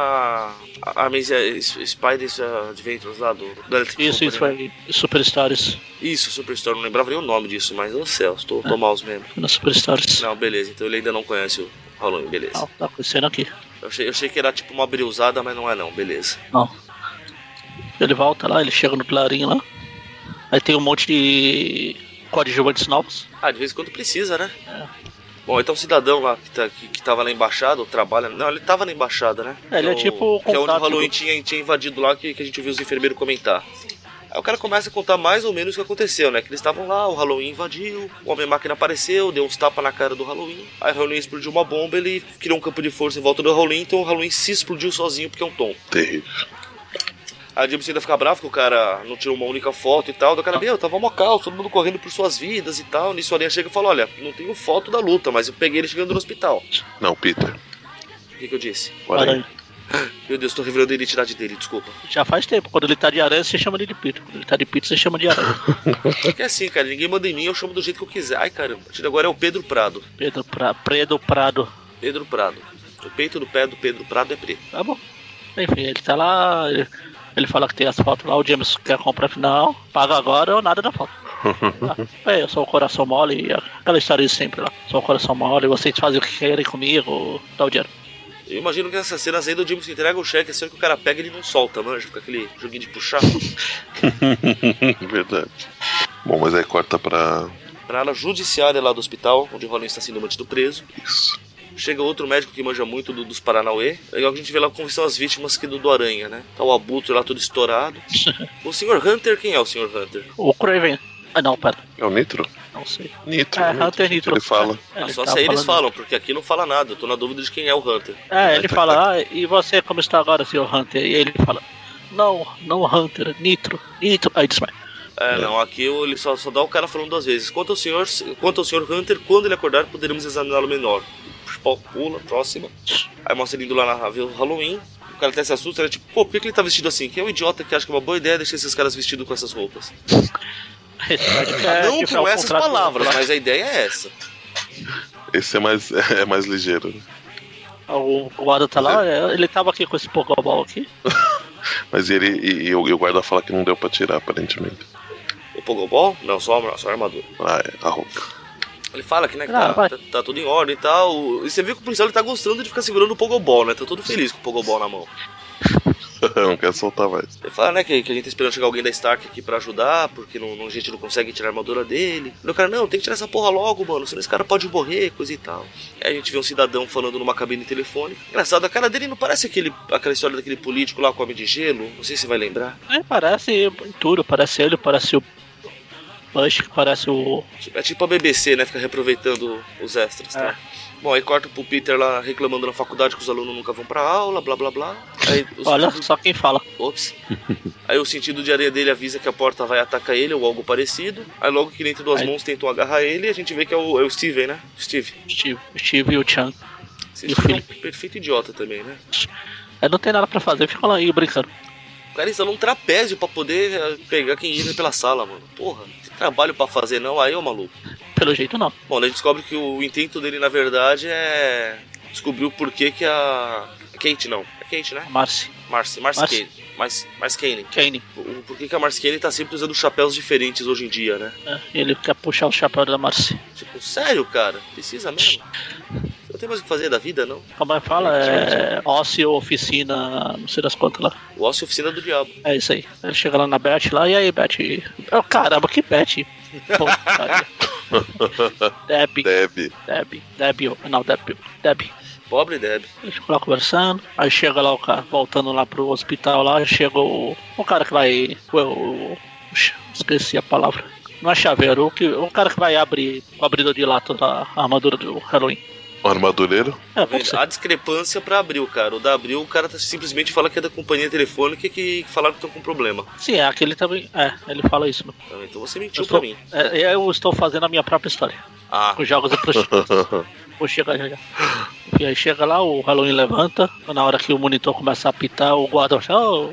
[SPEAKER 4] A Amazing Spider's uh, Adventures lá do. da Electric
[SPEAKER 2] Isso,
[SPEAKER 4] Company,
[SPEAKER 2] isso
[SPEAKER 4] né?
[SPEAKER 2] foi Superstars.
[SPEAKER 4] Isso, Superstore, não lembrava nem o nome disso, mas, ô céu, estou
[SPEAKER 2] É.
[SPEAKER 4] tô mal os membros.
[SPEAKER 2] Foi na Superstars.
[SPEAKER 4] Não, beleza, então ele ainda não conhece o Halloween, beleza.
[SPEAKER 2] Não, tá acontecendo aqui.
[SPEAKER 4] Eu achei, eu achei que era tipo uma brilhada, mas não é não, beleza.
[SPEAKER 2] Não. Ele volta lá, ele chega no clarinho lá. Aí tem um monte de coadjuvantes novos.
[SPEAKER 4] Ah, de vez em quando precisa, né?
[SPEAKER 2] É.
[SPEAKER 4] Bom, então o cidadão lá que, tá, que, que tava na embaixada, ou trabalha. Não, ele tava na embaixada, né?
[SPEAKER 2] É, ele é
[SPEAKER 4] Que o-
[SPEAKER 2] tipo o
[SPEAKER 4] Que é onde o
[SPEAKER 2] contato
[SPEAKER 4] Halloween
[SPEAKER 2] do-
[SPEAKER 4] tinha, tinha invadido lá que, que a gente ouviu os enfermeiros comentar. Aí o cara começa a contar mais ou menos o que aconteceu, né? Que eles estavam lá, o Halloween invadiu, o Homem-Máquina apareceu, deu uns tapas na cara do Halloween. Aí o Halloween explodiu uma bomba, ele criou um campo de força em volta do Halloween, então o Halloween se explodiu sozinho porque é um tom.
[SPEAKER 3] Terrível.
[SPEAKER 4] A Jameson ainda fica brava que o cara não tirou uma única foto e tal. Do cara, meu, tava mó caos, todo mundo correndo por suas vidas e tal. Nisso a Aranha chega e fala: Olha, não tenho foto da luta, mas eu peguei ele chegando no hospital.
[SPEAKER 3] Não, Peter.
[SPEAKER 4] O que, que eu disse?
[SPEAKER 3] O Aranha.
[SPEAKER 2] Aranha.
[SPEAKER 4] Meu Deus, tô revelando a identidade dele, desculpa.
[SPEAKER 2] Já faz tempo. Quando ele tá de aranha, você chama ele de Pito. Quando ele tá de Pito, você chama de aranha.
[SPEAKER 4] Porque é assim, cara, ninguém manda em mim, eu chamo do jeito que eu quiser. Ai caramba, a partir de agora é o Pedro Prado.
[SPEAKER 2] Pedro, pra... Pedro Prado.
[SPEAKER 4] Pedro Prado. O peito do pé do Pedro Prado é preto.
[SPEAKER 2] Tá bom. Enfim, ele tá lá. Ele, ele fala que tem as fotos lá. O James quer comprar final. Paga agora ou nada da foto. Ah, é, eu sou o coração mole. e Aquela história de sempre lá. Sou o coração mole. Vocês fazem o que querem comigo. Dá o dinheiro.
[SPEAKER 4] Eu imagino que nessas cenas aí do James que entrega o cheque, é sendo que o cara pega e ele não solta, manja, fica aquele joguinho de puxar.
[SPEAKER 3] Verdade. Bom, mas aí corta pra
[SPEAKER 4] Pra ala judiciária lá do hospital, onde o Halloween está sendo mantido preso.
[SPEAKER 3] isso.
[SPEAKER 4] Chega outro médico que manja muito do- dos Paranauê. Legal que a gente vê lá como são as vítimas que do, do Aranha, né? Tá o Abutre lá todo estourado. O Sr. Hunter, quem é o Sr. Hunter?
[SPEAKER 2] O Craven. Ah, não, pera.
[SPEAKER 3] É o Nitro?
[SPEAKER 2] Não sei.
[SPEAKER 3] Nitro.
[SPEAKER 2] É,
[SPEAKER 3] né?
[SPEAKER 2] Hunter Nitro.
[SPEAKER 3] Ele fala.
[SPEAKER 2] É,
[SPEAKER 4] ah, só
[SPEAKER 2] tava
[SPEAKER 4] se aí eles
[SPEAKER 2] falando-
[SPEAKER 4] falam, porque aqui não fala nada. Eu tô na dúvida de quem é o Hunter.
[SPEAKER 2] É, ele fala, ah, e você como está agora, senhor Hunter? E ele fala, não, não Hunter, Nitro, Nitro. Aí desmaia.
[SPEAKER 4] É,
[SPEAKER 3] É.
[SPEAKER 4] não, aqui eu- ele só, só dá o cara falando duas vezes. Quanto ao senhor, quanto ao senhor Hunter, quando ele acordar, poderemos examiná-lo menor. Pau, Pula, próxima. Aí mostra ele indo lá na ver o Halloween. O cara até se assusta, né? Tipo, pô, por que, que ele tá vestido assim? Quem é um idiota que acha que é uma boa ideia deixar esses caras vestidos com essas roupas?
[SPEAKER 2] É, tipo,
[SPEAKER 4] não com essas palavras, mas a ideia é essa.
[SPEAKER 3] Esse é mais, é mais ligeiro.
[SPEAKER 2] O guarda tá lá, é, ele tava aqui com esse Pogobol aqui.
[SPEAKER 3] Mas ele e, e o, e o guarda fala que não deu pra tirar, aparentemente.
[SPEAKER 4] O Pogobol? Não, só, a- só a armadura.
[SPEAKER 3] Ah, é, a roupa.
[SPEAKER 4] Ele fala que, né, que
[SPEAKER 2] Ah,
[SPEAKER 4] tá,
[SPEAKER 2] vai.
[SPEAKER 4] tá- tá tudo em ordem e tal. E você vê que o policial ele tá gostando de ficar segurando o Pogobol, né? Tá todo feliz com o Pogobol na mão.
[SPEAKER 3] não quero soltar mais.
[SPEAKER 4] Ele fala, né, que, que a gente tá esperando chegar alguém da Stark aqui pra ajudar, porque não, não- a gente não consegue tirar a armadura dele. E o cara, não, tem que tirar essa porra logo, mano, senão esse cara pode morrer, coisa e tal. Aí a gente vê um cidadão falando numa cabine telefônica. Engraçado, a cara dele não parece aquele, aquela história daquele político lá com o Homem de Gelo, não sei se você vai lembrar.
[SPEAKER 2] É, parece tudo, parece ele, parece o Bush, parece o.
[SPEAKER 4] É tipo a BBC, né, fica reaproveitando os extras, tá? Bom, aí corta pro Peter lá reclamando na faculdade que os alunos nunca vão pra aula, blá blá blá. Aí os
[SPEAKER 2] Olha só quem fala.
[SPEAKER 4] Ops. Aí o sentido de areia dele avisa que a porta vai atacar ele ou algo parecido. Aí logo que dentro duas
[SPEAKER 2] Aí-
[SPEAKER 4] mãos tentam agarrar ele, a gente vê que é o, é o Steven, né? Steve.
[SPEAKER 2] Steve, Steve e o Chan.
[SPEAKER 4] Esse
[SPEAKER 2] E o
[SPEAKER 4] Steven é um perfeito idiota também, né?
[SPEAKER 2] É, não tem nada pra fazer, fica lá aí brincando.
[SPEAKER 4] O cara instalou um trapézio pra poder eh, pegar quem entra pela sala, mano. Porra, não tem trabalho pra fazer não, aí ô maluco.
[SPEAKER 2] Pelo jeito não.
[SPEAKER 4] Bom, daí a gente descobre que o intento dele, na verdade, é. descobrir o porquê que a. Kate não. É Kate, né?
[SPEAKER 2] Marcy,
[SPEAKER 4] Marcy. Marcy
[SPEAKER 2] Marcy.
[SPEAKER 4] Kane. Marcy, Marcy Kane.
[SPEAKER 2] Kane.
[SPEAKER 4] O- Por que que a Marcy Kane tá sempre usando chapéus diferentes hoje em dia, né?
[SPEAKER 2] né? Ele quer puxar o chapéu da Marcy.
[SPEAKER 4] Tipo, sério, cara? Precisa mesmo? Você não tem mais o que fazer da vida, não?
[SPEAKER 2] Como é que fala? É, ócio, oficina, não sei das quantas lá.
[SPEAKER 4] O ócio é a oficina do diabo.
[SPEAKER 2] É isso aí. Ele chega lá na Beth lá, e aí, Beth? Oh, caramba, que Beth? Pô, cara. Deb,
[SPEAKER 3] Deve.
[SPEAKER 2] Deb, Deb, não, Deb, Deb.
[SPEAKER 4] Pobre Deb.
[SPEAKER 2] Eles ficam lá conversando, aí chega lá o cara, voltando lá pro hospital lá, chega o, o cara que vai. O, o- esqueci a palavra. Não é chaveiro, o, que, o cara que vai abrir o abridor de lata da armadura do Halloween.
[SPEAKER 3] O Um armadureiro?
[SPEAKER 2] É,
[SPEAKER 4] Tá vendo?
[SPEAKER 2] pode ser.
[SPEAKER 4] Há discrepância pra Abril, cara. O da Abril, o cara tá- simplesmente fala que é da companhia telefônica que, que falaram que estão com problema.
[SPEAKER 2] Sim, é aquele também. É, ele fala isso.
[SPEAKER 4] Tá vendo? Então você mentiu
[SPEAKER 2] Eu,
[SPEAKER 4] pra
[SPEAKER 2] tô,
[SPEAKER 4] mim.
[SPEAKER 2] é, eu estou fazendo a minha própria história.
[SPEAKER 4] Ah,
[SPEAKER 2] Os jogos eu pros- Vou chegar já já. E aí chega lá, o Halloween levanta. Na hora que o monitor começa a apitar, o guarda fala: "Ó,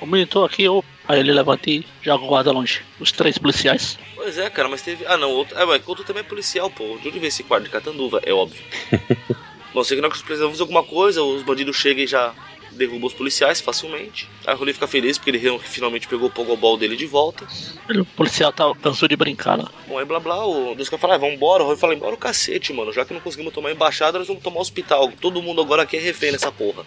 [SPEAKER 2] o monitor aqui, ô." Aí ele levanta e joga o guarda longe. Os três policiais.
[SPEAKER 4] pois é, cara, mas teve. Ah, não, outro. É, mas outro também é policial, pô. De onde veio esse quadro de catanduva? É óbvio. Bom, sei que na hora que nós precisamos de alguma coisa, os bandidos chegam e já derrubam os policiais facilmente. Aí o Rolê fica feliz porque ele re- finalmente pegou o Pogobol dele de volta.
[SPEAKER 2] O policial tá, cansou de brincar lá.
[SPEAKER 4] Bom, aí blá blá, o Deus quer falar, ah, vambora. O Roy fala, embora o cacete, mano. Já que não conseguimos tomar embaixada, nós vamos tomar um hospital. Todo mundo agora aqui é refém nessa porra.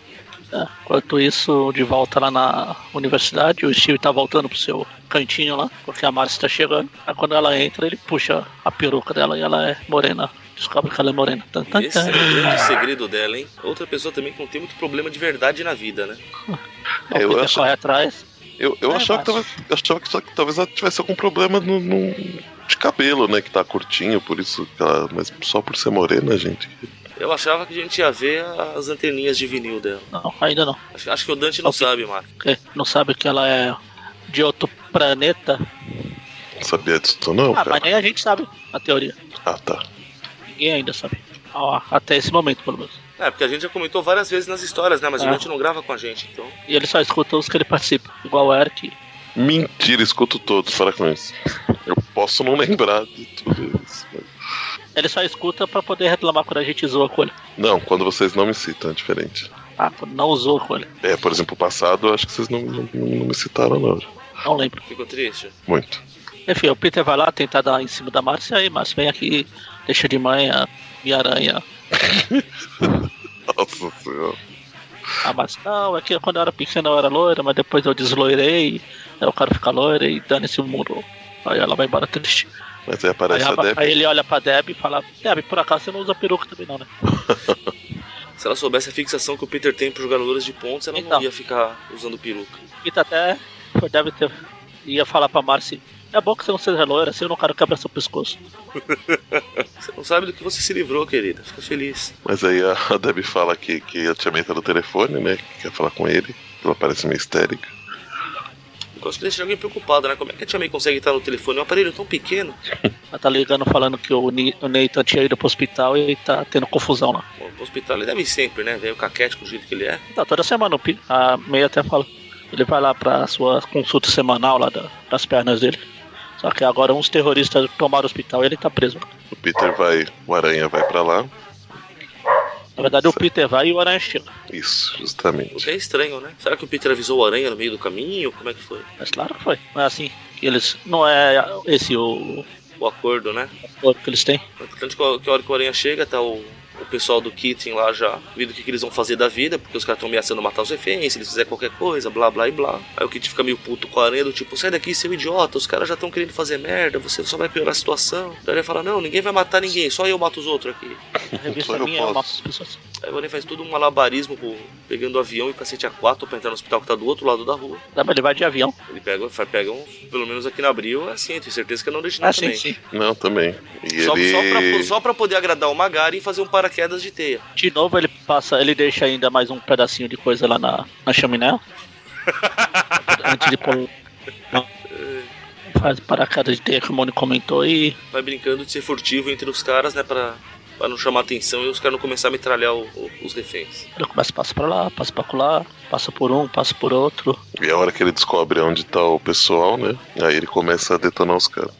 [SPEAKER 2] É, Enquanto isso, de volta lá na universidade, o Steve tá voltando pro seu cantinho lá, porque a Marcia tá chegando. Aí quando ela entra, ele puxa a peruca dela e ela é morena. Descobre que ela é morena. Tan, tan,
[SPEAKER 4] Esse é
[SPEAKER 2] tan.
[SPEAKER 4] o grande segredo dela, hein? Outra pessoa também que não tem muito problema de verdade na vida, né?
[SPEAKER 2] Então,
[SPEAKER 3] Eu
[SPEAKER 2] Peter
[SPEAKER 3] acho-
[SPEAKER 2] corre atrás.
[SPEAKER 3] Eu, eu
[SPEAKER 2] É,
[SPEAKER 3] achava, que
[SPEAKER 2] baixo.
[SPEAKER 3] talvez, achava que, só que talvez ela tivesse algum problema no, no- de cabelo, né? Que tá curtinho, por isso que ela. Mas só por ser morena, gente.
[SPEAKER 4] Eu achava que a gente ia ver as anteninhas de vinil dela.
[SPEAKER 2] Não, ainda não.
[SPEAKER 4] Acho, acho que o Dante não
[SPEAKER 2] Ok.
[SPEAKER 4] sabe, Marco.
[SPEAKER 2] Porque É, não sabe que ela é de outro planeta.
[SPEAKER 3] Não sabia disso, não,
[SPEAKER 2] Ah,
[SPEAKER 3] cara.
[SPEAKER 2] mas nem a gente sabe a teoria.
[SPEAKER 3] Ah, tá.
[SPEAKER 2] Ninguém ainda sabe. Ó, até esse momento, pelo menos.
[SPEAKER 4] É, porque a gente já comentou várias vezes nas histórias, né? Mas o
[SPEAKER 2] Ah.
[SPEAKER 4] Dante não grava com a gente, então.
[SPEAKER 2] E ele só escuta os que ele participa, igual o Eric.
[SPEAKER 3] Mentira, escuto todos, para com isso. Eu posso não lembrar de tudo isso. mas-
[SPEAKER 2] Ele só escuta pra poder reclamar quando a gente zoa com ele.
[SPEAKER 3] Não, quando vocês não me citam, é diferente.
[SPEAKER 2] Ah, quando não zoa com ele.
[SPEAKER 3] É, por exemplo, o passado, eu acho que vocês não, não, não me citaram, não.
[SPEAKER 2] Não lembro.
[SPEAKER 4] Ficou triste.
[SPEAKER 3] Muito.
[SPEAKER 2] Enfim, o Peter vai lá tentar dar em cima da Márcia aí, Márcia vem aqui, deixa de manhã, minha aranha.
[SPEAKER 3] Nossa senhora.
[SPEAKER 2] A Márcia, não, é que quando eu era pequena eu era loira, mas depois eu desloirei, eu quero ficar loira e dando esse muro. Aí ela vai embora triste.
[SPEAKER 3] Mas aí
[SPEAKER 2] Aí,
[SPEAKER 3] aparece a
[SPEAKER 2] ela-
[SPEAKER 3] Deb.
[SPEAKER 2] aí ele olha pra Deb e fala, Deb, por acaso você não usa peruca também não, né?
[SPEAKER 4] Se ela soubesse a fixação que o Peter tem por jogadoras de pontos, ela não
[SPEAKER 2] Então. tá
[SPEAKER 4] ia ficar usando peruca.
[SPEAKER 2] Peter até deve ter. Ia falar pra Marcy, É bom que você não seja loira, assim eu não quero quebrar seu pescoço.
[SPEAKER 4] Você não sabe do que você se livrou, querida. Fica feliz.
[SPEAKER 3] Mas aí a Debbie fala que, que a tia May tá no telefone, né? Que quer falar com ele. Ela parece meio histérica.
[SPEAKER 4] Eu Gosto de deixar alguém preocupado, né? Como é que a Tia May consegue estar no telefone? Um aparelho tão pequeno.
[SPEAKER 2] Ela tá ligando falando que o, Ni, o Nathan tinha ido pro hospital e tá tendo confusão lá.
[SPEAKER 4] Bom, no hospital ele deve ir sempre, né? Veio caquete com o jeito que ele é.
[SPEAKER 2] Tá, toda semana o Pi- a meia até fala. Ele vai lá pra sua consulta semanal lá da- das pernas dele. Só que agora uns terroristas tomaram o hospital e ele tá preso.
[SPEAKER 3] O Peter vai, o Aranha vai pra lá.
[SPEAKER 2] Na verdade, o Peter vai e o Aranha chega.
[SPEAKER 3] Isso,
[SPEAKER 4] O
[SPEAKER 3] justamente.
[SPEAKER 4] que é estranho, né? Será que o Peter avisou o Aranha no meio do caminho? Como é que foi?
[SPEAKER 2] Mas claro que foi. Não é assim. que Eles, não é esse o
[SPEAKER 4] O acordo, né?
[SPEAKER 2] acordo que eles têm.
[SPEAKER 4] Tanto que a que a hora que o Aranha chega, tá o, o pessoal do Kitten lá já vendo o que, que eles vão fazer da vida, porque os caras estão ameaçando matar os reféns, se eles fizerem qualquer coisa, blá blá e blá. Aí o Kitten fica meio puto com a Aranha, do tipo, sai daqui, seu idiota, os caras já estão querendo fazer merda, você só vai piorar a situação. Daí o Aranha fala, não, ninguém vai matar ninguém, só eu mato os outros aqui.
[SPEAKER 2] A revista
[SPEAKER 3] Só eu
[SPEAKER 2] minha é uma
[SPEAKER 3] posso.
[SPEAKER 2] pessoas.
[SPEAKER 4] Aí o Aranha faz todo um malabarismo pô, pegando o avião e o cacete a quatro pra entrar no hospital que tá do outro lado da rua.
[SPEAKER 2] Tá, mas Ele vai de avião.
[SPEAKER 4] Ele pega, fa- pega um, pelo menos aqui na Abril, é assim, eu tenho certeza que é não deixa
[SPEAKER 2] Ah,
[SPEAKER 4] também.
[SPEAKER 2] sim, sim.
[SPEAKER 3] Não, também. E
[SPEAKER 4] Só, só pra,
[SPEAKER 3] ele.
[SPEAKER 4] só pra poder agradar o Magari e fazer um paraquedas de teia.
[SPEAKER 2] De novo ele passa, ele deixa ainda mais um pedacinho de coisa lá na, na chaminé. antes de pôr. Faz paraquedas de teia que o Moni comentou e.
[SPEAKER 4] vai brincando de ser furtivo entre os caras, né? Pra, pra não chamar atenção e os caras não começar a metralhar o- o- os reféns.
[SPEAKER 2] Ele começa a passar pra lá, passa pra colar, passa por um, passa por outro.
[SPEAKER 3] E a hora que ele descobre onde tá o pessoal, né? Aí ele começa a detonar os caras.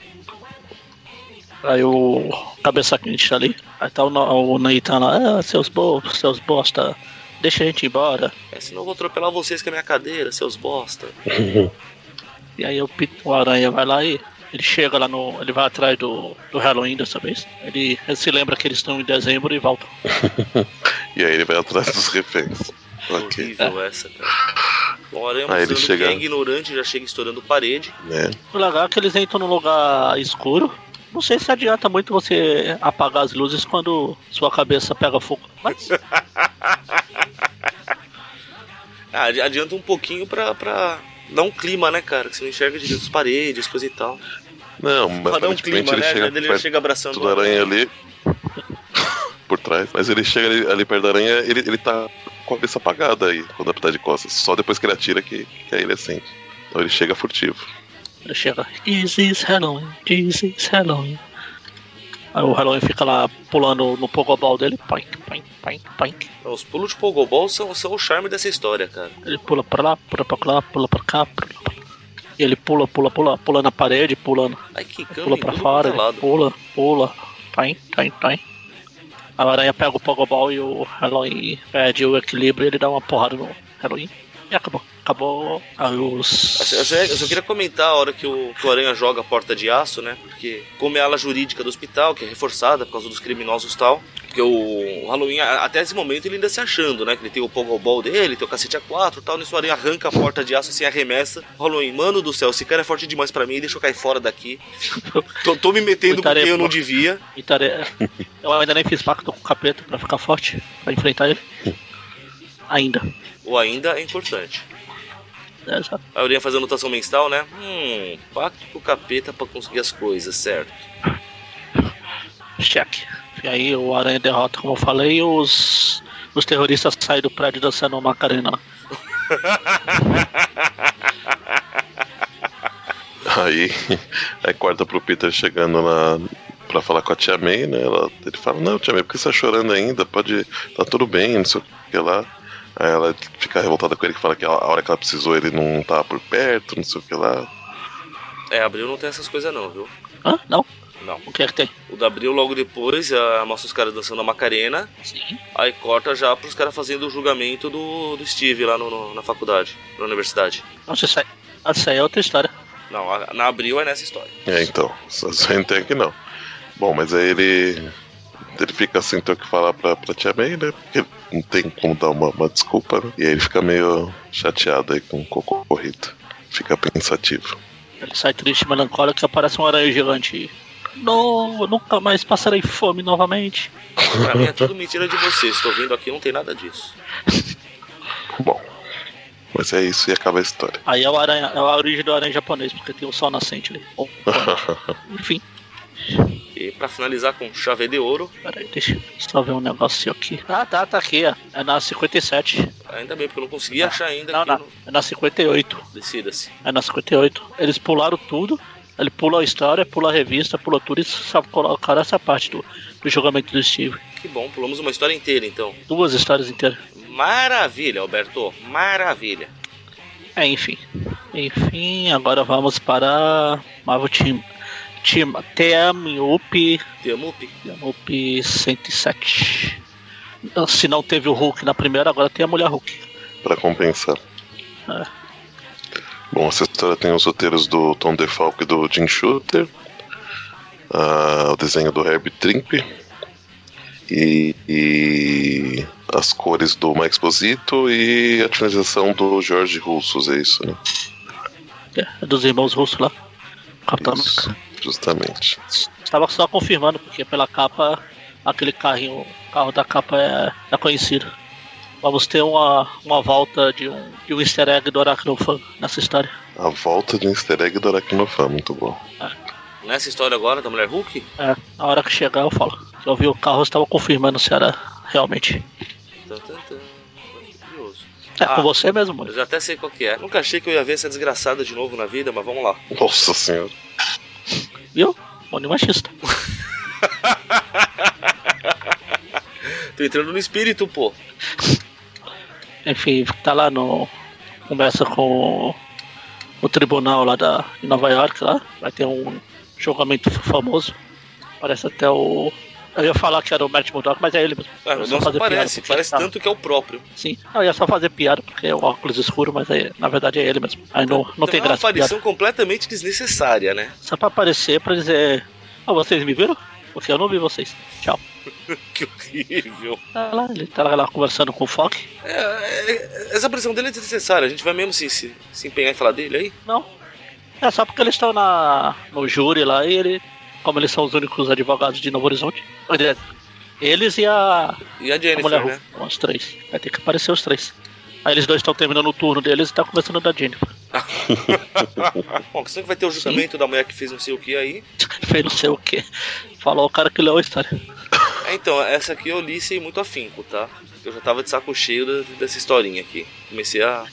[SPEAKER 2] Aí o cabeça quente tá ali. Aí tá o, No- o Nathan lá, ah, seus bobos, seus bosta, deixa a gente ir embora.
[SPEAKER 4] É, senão eu vou atropelar vocês com a minha cadeira, seus bosta.
[SPEAKER 2] E aí o, Pit- o Aranha vai lá e ele chega lá no. Ele vai atrás do, do Halloween dessa vez. Ele, ele se lembra que eles estão em dezembro e volta.
[SPEAKER 3] E aí ele vai atrás dos reféns. Ok.
[SPEAKER 4] Horrível essa, cara. Bom, o Aranha
[SPEAKER 3] Aí ele
[SPEAKER 4] mostrando
[SPEAKER 3] chega-
[SPEAKER 4] que é ignorante, já chega estourando parede.
[SPEAKER 3] Né?
[SPEAKER 2] O legal é que eles entram num lugar escuro. Não sei se adianta muito você apagar as luzes quando sua cabeça pega fogo. Mas
[SPEAKER 4] Ah, adi- adianta um pouquinho pra, pra dar um clima, né, cara? Que você não enxerga direito as paredes, coisa e tal.
[SPEAKER 3] Não, mas
[SPEAKER 4] Pra dar um
[SPEAKER 3] aparentemente
[SPEAKER 4] clima,
[SPEAKER 3] ele
[SPEAKER 4] né?
[SPEAKER 3] chega
[SPEAKER 4] Ele já
[SPEAKER 3] perto
[SPEAKER 4] chega abraçando
[SPEAKER 3] do aranha ali. por trás. Mas ele chega ali, ali perto da aranha, ele, ele tá com a cabeça apagada aí quando a tá de costas. Só depois que ele atira que, que aí ele acende. Então ele chega furtivo.
[SPEAKER 2] ele chega. This is Halloween, this is Halloween. Aí o Halloween fica lá pulando no pogobol dele. Poink, poink, poink, poink.
[SPEAKER 4] Não, Os pulos de Pogobol são, são o charme dessa história, cara.
[SPEAKER 2] Ele pula pra lá, pula pra lá, pula pra cá, pula pra cá. E ele pula, pula, pula, pula na parede, pulando.
[SPEAKER 4] Ai, que
[SPEAKER 2] Ele pula pra fora, né?
[SPEAKER 4] é
[SPEAKER 2] ele pula, pula, Tá tem, tem, tem. A aranha pega o Pogobol e o Halloween perde o equilíbrio e ele dá uma porrada no Halloween. E acabou. Acabou. Aí os.
[SPEAKER 4] Assim, Eu só, eu só- eu só queria comentar a hora que o, que o Aranha joga a porta de aço, né? Porque, como é a ala jurídica do hospital, que é reforçada por causa dos criminosos e tal, porque o, o Halloween, a- até esse momento, ele ainda se achando, né? Que ele tem o pogobol dele, tem o cacete A4 e tal. Nisso o Aranha arranca a porta de aço assim, arremessa. O Halloween, mano do céu, esse cara é forte demais pra mim, deixa eu cair fora daqui. Tô, tô me metendo
[SPEAKER 2] Coitado,
[SPEAKER 4] porque
[SPEAKER 2] é
[SPEAKER 4] eu não
[SPEAKER 2] forte.
[SPEAKER 4] devia.
[SPEAKER 2] Então, é- eu ainda nem fiz pacto com o capeta pra ficar forte, pra enfrentar ele. Ainda.
[SPEAKER 4] Ou ainda é importante.
[SPEAKER 2] É, exato.
[SPEAKER 4] Aí eu iria fazer anotação mensal, né? Hum, pacto com o capeta pra conseguir as coisas, certo?
[SPEAKER 2] Cheque. E aí o Aranha derrota, como eu falei, e os. Os terroristas saem do prédio dançando uma macarena.
[SPEAKER 3] Aí, aí corta pro Peter chegando lá pra falar com a tia May, né? Ela, ele fala, não, tia May, por que você tá chorando ainda? Pode. tá tudo bem, não sei o que lá. Aí ela fica revoltada com ele que fala que a hora que ela precisou ele não tava por perto, não sei o que lá.
[SPEAKER 4] É, abril não tem essas coisas não, viu?
[SPEAKER 2] Hã? Não?
[SPEAKER 4] Não.
[SPEAKER 2] O que é que tem?
[SPEAKER 4] O da Abril logo depois ah, mostra os caras dançando a Macarena,
[SPEAKER 2] Sim.
[SPEAKER 4] aí corta já pros caras fazendo o julgamento do, do Steve lá no- no- na faculdade, na universidade.
[SPEAKER 2] Nossa, isso aí, isso aí é outra história.
[SPEAKER 4] Não, a- na Abril é nessa história.
[SPEAKER 3] É, então, só só não tem aqui não. Bom, mas aí ele. Ele fica sem ter o que falar pra, pra tia May, né? Porque ele não tem como dar uma, uma desculpa, né? E aí ele fica meio chateado aí com o cocô corrido. Fica pensativo.
[SPEAKER 2] Ele sai triste, melancólico e aparece um aranha gigante. Não, eu nunca mais passarei fome novamente.
[SPEAKER 4] Pra mim é tudo mentira de vocês, tô vendo aqui, não tem nada disso.
[SPEAKER 3] Bom, Mas é isso e acaba a história.
[SPEAKER 2] Aí é, o aranha, é a origem do aranha japonês, porque tem o sol nascente ali. Ou- Enfim,
[SPEAKER 4] E pra finalizar com chave de ouro,
[SPEAKER 2] peraí, deixa eu só ver um negocinho aqui. Ah, tá, tá aqui, ó. É na 57.
[SPEAKER 4] ainda bem, porque eu não consegui achar ainda.
[SPEAKER 2] Não,
[SPEAKER 4] aqui
[SPEAKER 2] não,
[SPEAKER 4] no-
[SPEAKER 2] é na 58.
[SPEAKER 4] Decida-se.
[SPEAKER 2] É na 58. Eles pularam tudo. Ele pula a história, pula a revista, pula tudo e só colocaram essa parte do, do julgamento do Steve.
[SPEAKER 4] Que bom, pulamos uma história inteira então.
[SPEAKER 2] Duas histórias inteiras.
[SPEAKER 4] Maravilha, Alberto, maravilha.
[SPEAKER 2] É, enfim. Enfim, agora vamos para Marvel Team. Team Team Up,
[SPEAKER 4] Temup,
[SPEAKER 2] Team Up 107. Então, Se não teve o Hulk na primeira, agora tem a Mulher Hulk.
[SPEAKER 3] Pra compensar.
[SPEAKER 2] É.
[SPEAKER 3] Bom, essa história tem os roteiros do Tom DeFalco e do Jim Shooter, ah, o desenho do Herb Trimp e, e as cores do Mike Exposito e a finalização do Jorge Russos, é isso, né?
[SPEAKER 2] É, dos irmãos russos lá. Capitão
[SPEAKER 3] Isso,
[SPEAKER 2] América.
[SPEAKER 3] justamente.
[SPEAKER 2] Estava só confirmando, porque pela capa, aquele carrinho, o carro da capa é, é conhecido. Vamos ter uma, uma volta de um, de um easter egg do Aracnofan nessa história.
[SPEAKER 3] A volta de um easter egg do Aracnofã, muito bom.
[SPEAKER 4] nessa história agora da mulher Hulk,
[SPEAKER 2] É, na hora que chegar eu falo. Eu vi o carro, eu estava confirmando se era realmente.
[SPEAKER 4] Tan, tan, tan. Fiquei curioso.
[SPEAKER 2] É
[SPEAKER 4] Ah.
[SPEAKER 2] com você mesmo,
[SPEAKER 4] Eu
[SPEAKER 2] mano.
[SPEAKER 4] já até sei qual que é. Nunca achei que eu ia ver essa desgraçada de novo na vida, mas vamos lá.
[SPEAKER 3] Nossa senhora.
[SPEAKER 2] Viu? Mônio machista.
[SPEAKER 4] Tô entrando no espírito, pô.
[SPEAKER 2] Enfim, tá lá no. Conversa com o tribunal lá da, de Nova York lá. Vai ter um julgamento famoso. Parece até o. Eu ia falar que era o Matt Murdock, mas é ele mesmo.
[SPEAKER 4] Ah,
[SPEAKER 2] Eu ia
[SPEAKER 4] mas
[SPEAKER 2] só
[SPEAKER 4] não
[SPEAKER 2] fazer
[SPEAKER 4] parece,
[SPEAKER 2] piada,
[SPEAKER 4] parece
[SPEAKER 2] porque-
[SPEAKER 4] tanto que é o próprio.
[SPEAKER 2] Sim, não, eu ia só fazer piada porque é o óculos escuro, mas aí, na verdade é ele mesmo. Aí não, não tem
[SPEAKER 4] Então é uma
[SPEAKER 2] graça. a Piada.
[SPEAKER 4] aparição completamente desnecessária, né?
[SPEAKER 2] Só pra aparecer, pra dizer. Ah, vocês me viram? Porque eu não vi vocês. Tchau.
[SPEAKER 4] Que horrível.
[SPEAKER 2] Tá lá, ele tá lá conversando com o Fock.
[SPEAKER 4] É, é, essa aparição dele é desnecessária. A gente vai mesmo se, se, se empenhar em falar dele aí?
[SPEAKER 2] Não. É só porque eles estão na, no júri lá e ele. Como eles são os únicos advogados de Novo Horizonte. aliás, Eles e a,
[SPEAKER 4] E a
[SPEAKER 2] a mulher
[SPEAKER 4] Jennifer, né?
[SPEAKER 2] Hulk. Os três. Vai ter que aparecer os três. Aí eles dois estão terminando o turno deles e tá começando da Jennifer.
[SPEAKER 4] Bom, questão é que vai ter o julgamento da mulher que fez não sei o que aí.
[SPEAKER 2] Fez não sei o que. Falou o cara que leu a história.
[SPEAKER 4] É, Então, essa aqui eu li sem muito afinco, tá? Eu já tava de saco cheio da- dessa historinha aqui. Comecei a.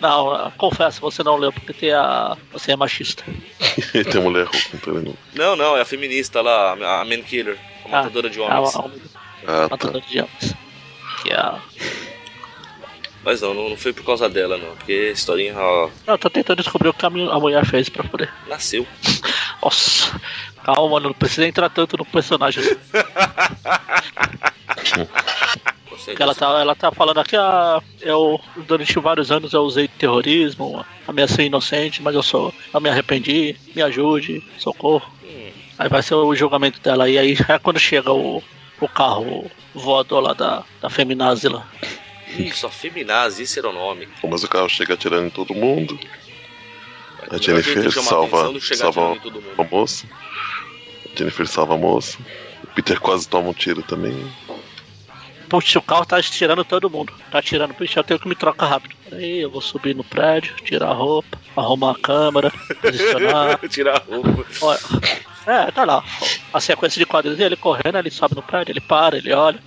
[SPEAKER 2] Não, ah, confesso, você não leu porque tem a. Você é machista.
[SPEAKER 3] E tem mulher Hulk, não tô vendo.
[SPEAKER 4] Não, não, é a feminista lá, a a Man Killer, a matadora de homens.
[SPEAKER 2] A, a,
[SPEAKER 3] Ah, tá.
[SPEAKER 2] matadora de homens. Que é a.
[SPEAKER 4] Mas não, não, não foi por causa dela, não. Porque a historinha ó,
[SPEAKER 2] Não, eu tô tá tentando descobrir o caminho a mulher fez pra poder.
[SPEAKER 4] nasceu.
[SPEAKER 2] Nossa, calma, não precisa entrar tanto no personagem.
[SPEAKER 4] Você-
[SPEAKER 2] Porque ela tá, ela tá falando aqui, ah, eu durante vários anos eu usei terrorismo, ameacei inocente, mas eu sou. Eu me arrependi, me ajude, socorro.
[SPEAKER 4] Hum,
[SPEAKER 2] Aí vai ser o julgamento dela. E aí é quando chega o, o carro voador lá da, da feminazi lá.
[SPEAKER 4] isso, é a feminazi, esse era o nome.
[SPEAKER 3] Mas o carro chega atirando em todo mundo.
[SPEAKER 4] Mas
[SPEAKER 3] A
[SPEAKER 4] o melhor jeito de
[SPEAKER 3] Jennifer
[SPEAKER 4] chamar
[SPEAKER 3] salva-
[SPEAKER 4] atenção do que chegar
[SPEAKER 3] salva-
[SPEAKER 4] atirando em todo mundo.
[SPEAKER 3] a moça. Jennifer salva a moça. O Peter quase toma um tiro também.
[SPEAKER 2] Puxa, o carro tá estirando todo mundo. Tá tirando, puxa, eu tenho que me trocar rápido. Aí eu vou subir no prédio, tirar a roupa, arrumar a câmera, posicionar.
[SPEAKER 4] Tirar a roupa.
[SPEAKER 2] Olha, é, tá lá. A sequência de quadrinhos, ele correndo, ele sobe no prédio, ele para, ele olha,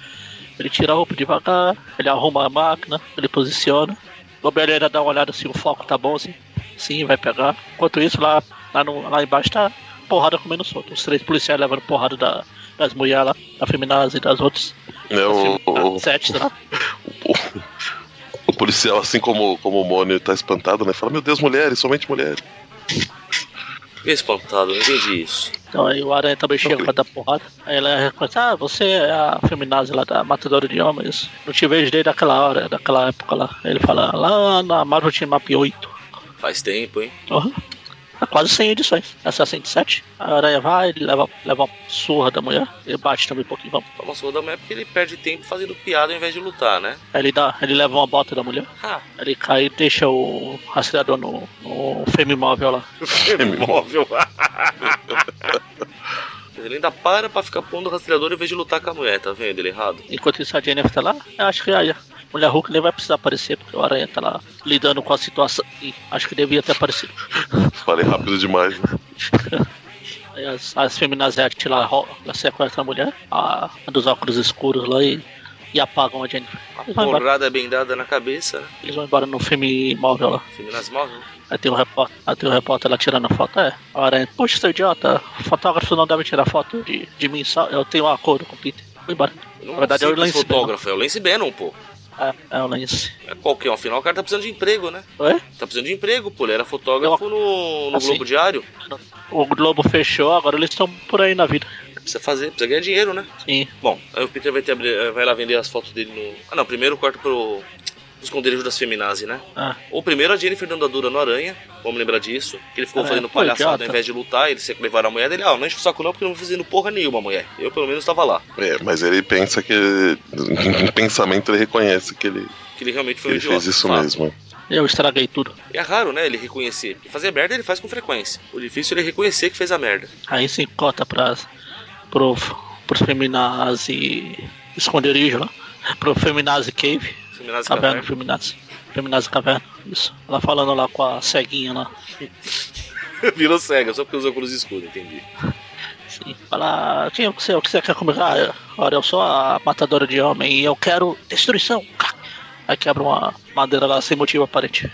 [SPEAKER 2] ele tira a roupa devagar, ele arruma a máquina, ele posiciona. O Belo ainda dá uma olhada se o foco tá bom, assim. Sim, vai pegar. Enquanto isso, lá, lá, no- lá embaixo tá porrada comendo solto. Os três policiais levando porrada da- das mulheres lá, da feminaz e das outras.
[SPEAKER 3] Né, o, o,
[SPEAKER 2] Sete, lá.
[SPEAKER 3] o policial, assim como, como o Mônio, tá espantado, né? Fala, meu Deus, mulheres, somente mulheres.
[SPEAKER 4] Fiquei espantado, não entendi isso.
[SPEAKER 2] Então aí o Aranha também chega pra dar porrada. Aí ela reconhece, ah, você é a feminazi lá da Matadora de Homens. Não te vejo desde aquela hora, daquela época lá. Ele fala, lá na Marvel Team Map 8.
[SPEAKER 4] Faz tempo, hein?
[SPEAKER 2] Uhum. É quase 100 edições. Essa é a 107. A aranha vai, ele leva, leva uma surra da mulher. Ele bate também um pouquinho. Vamos.
[SPEAKER 4] Toma sua da mulher porque ele perde tempo fazendo piada ao invés de lutar, né?
[SPEAKER 2] Aí ele, dá, ele leva uma bota da mulher.
[SPEAKER 4] Ah,
[SPEAKER 2] Ele cai e deixa o rastreador no, no Femimóvel lá.
[SPEAKER 3] É
[SPEAKER 4] imóvel. ele ainda para pra ficar pondo o rastreador ao invés de lutar com a mulher, tá vendo? Ele errado.
[SPEAKER 2] Enquanto isso, a Jennifer tá lá. Eu acho que a, Mulher Hulk nem vai precisar aparecer, porque o Aranha tá lá lidando com a situação. E acho que devia ter aparecido.
[SPEAKER 3] Falei rápido demais, né?
[SPEAKER 2] Aí as, as feminazetes lá, ro- lá sequestram a mulher, a, a dos óculos escuros lá e, e apagam a Jennifer. Eles vão, embora,
[SPEAKER 4] Porrada bem dada na cabeça, né?
[SPEAKER 2] eles vão embora no filme móvel lá.
[SPEAKER 4] Filme nas mãos, né?
[SPEAKER 2] Aí tem o repórter, aí tem o repórter lá tirando a foto, é. A aranha, puxa, seu idiota, fotógrafo não deve tirar foto de, de mim, só eu tenho um acordo com o Peter. Vou embora.
[SPEAKER 4] Não
[SPEAKER 2] Na verdade, é o
[SPEAKER 4] simples
[SPEAKER 2] Lance
[SPEAKER 4] fotógrafo, é o Lance Bannon, pô.
[SPEAKER 2] É, é o lance.
[SPEAKER 4] É qualquer um. Afinal, o cara tá precisando de emprego, né?
[SPEAKER 2] Oi?
[SPEAKER 4] Tá precisando de emprego, pô. Ele era fotógrafo no, no
[SPEAKER 2] Assim?
[SPEAKER 4] Globo Diário.
[SPEAKER 2] O Globo fechou, agora eles estão por aí na vida.
[SPEAKER 4] Precisa fazer, precisa ganhar dinheiro, né?
[SPEAKER 2] Sim.
[SPEAKER 4] Bom, aí o Peter vai, ter, eh, vai lá vender as fotos dele no. Ah, não, primeiro corta pro. pro esconderijo das feminazes, né?
[SPEAKER 2] Ah,
[SPEAKER 4] Ou primeiro a Jennifer dando a dura no Aranha, vamos lembrar disso. Que ele ficou
[SPEAKER 2] Ah,
[SPEAKER 4] fazendo
[SPEAKER 2] pô,
[SPEAKER 4] palhaçada
[SPEAKER 2] idiota.
[SPEAKER 4] ao invés de lutar, ele se levaram a mulher dele. Ah, não enche o saco não, porque eu não vou fazendo porra nenhuma, mulher. Eu pelo menos tava lá.
[SPEAKER 3] É, mas ele pensa que. Em pensamento ele reconhece que ele,
[SPEAKER 4] Que ele realmente
[SPEAKER 3] que
[SPEAKER 4] foi um
[SPEAKER 3] ele
[SPEAKER 4] idiota.
[SPEAKER 3] fez isso
[SPEAKER 4] fato.
[SPEAKER 3] mesmo.
[SPEAKER 2] eu estraguei tudo.
[SPEAKER 4] E é raro, né, ele reconhecer. Porque fazer merda ele faz com frequência. O difícil é ele reconhecer que fez a merda.
[SPEAKER 2] Aí se cota pras, pro, pros feminazi esconderijo lá. Pro feminazi cave.
[SPEAKER 4] Feminazi
[SPEAKER 2] Caverna,
[SPEAKER 4] caverna.
[SPEAKER 2] feminazi. Feminazi caverna, isso. Ela falando lá com a ceguinha lá.
[SPEAKER 4] Virou cega, só porque usa óculos escuros, entendi.
[SPEAKER 2] Sim. Fala, quem é você? O que você quer comigo? Ah, eu- olha, eu sou a matadora de homem e eu quero destruição. Aí quebra uma madeira lá sem motivo aparente.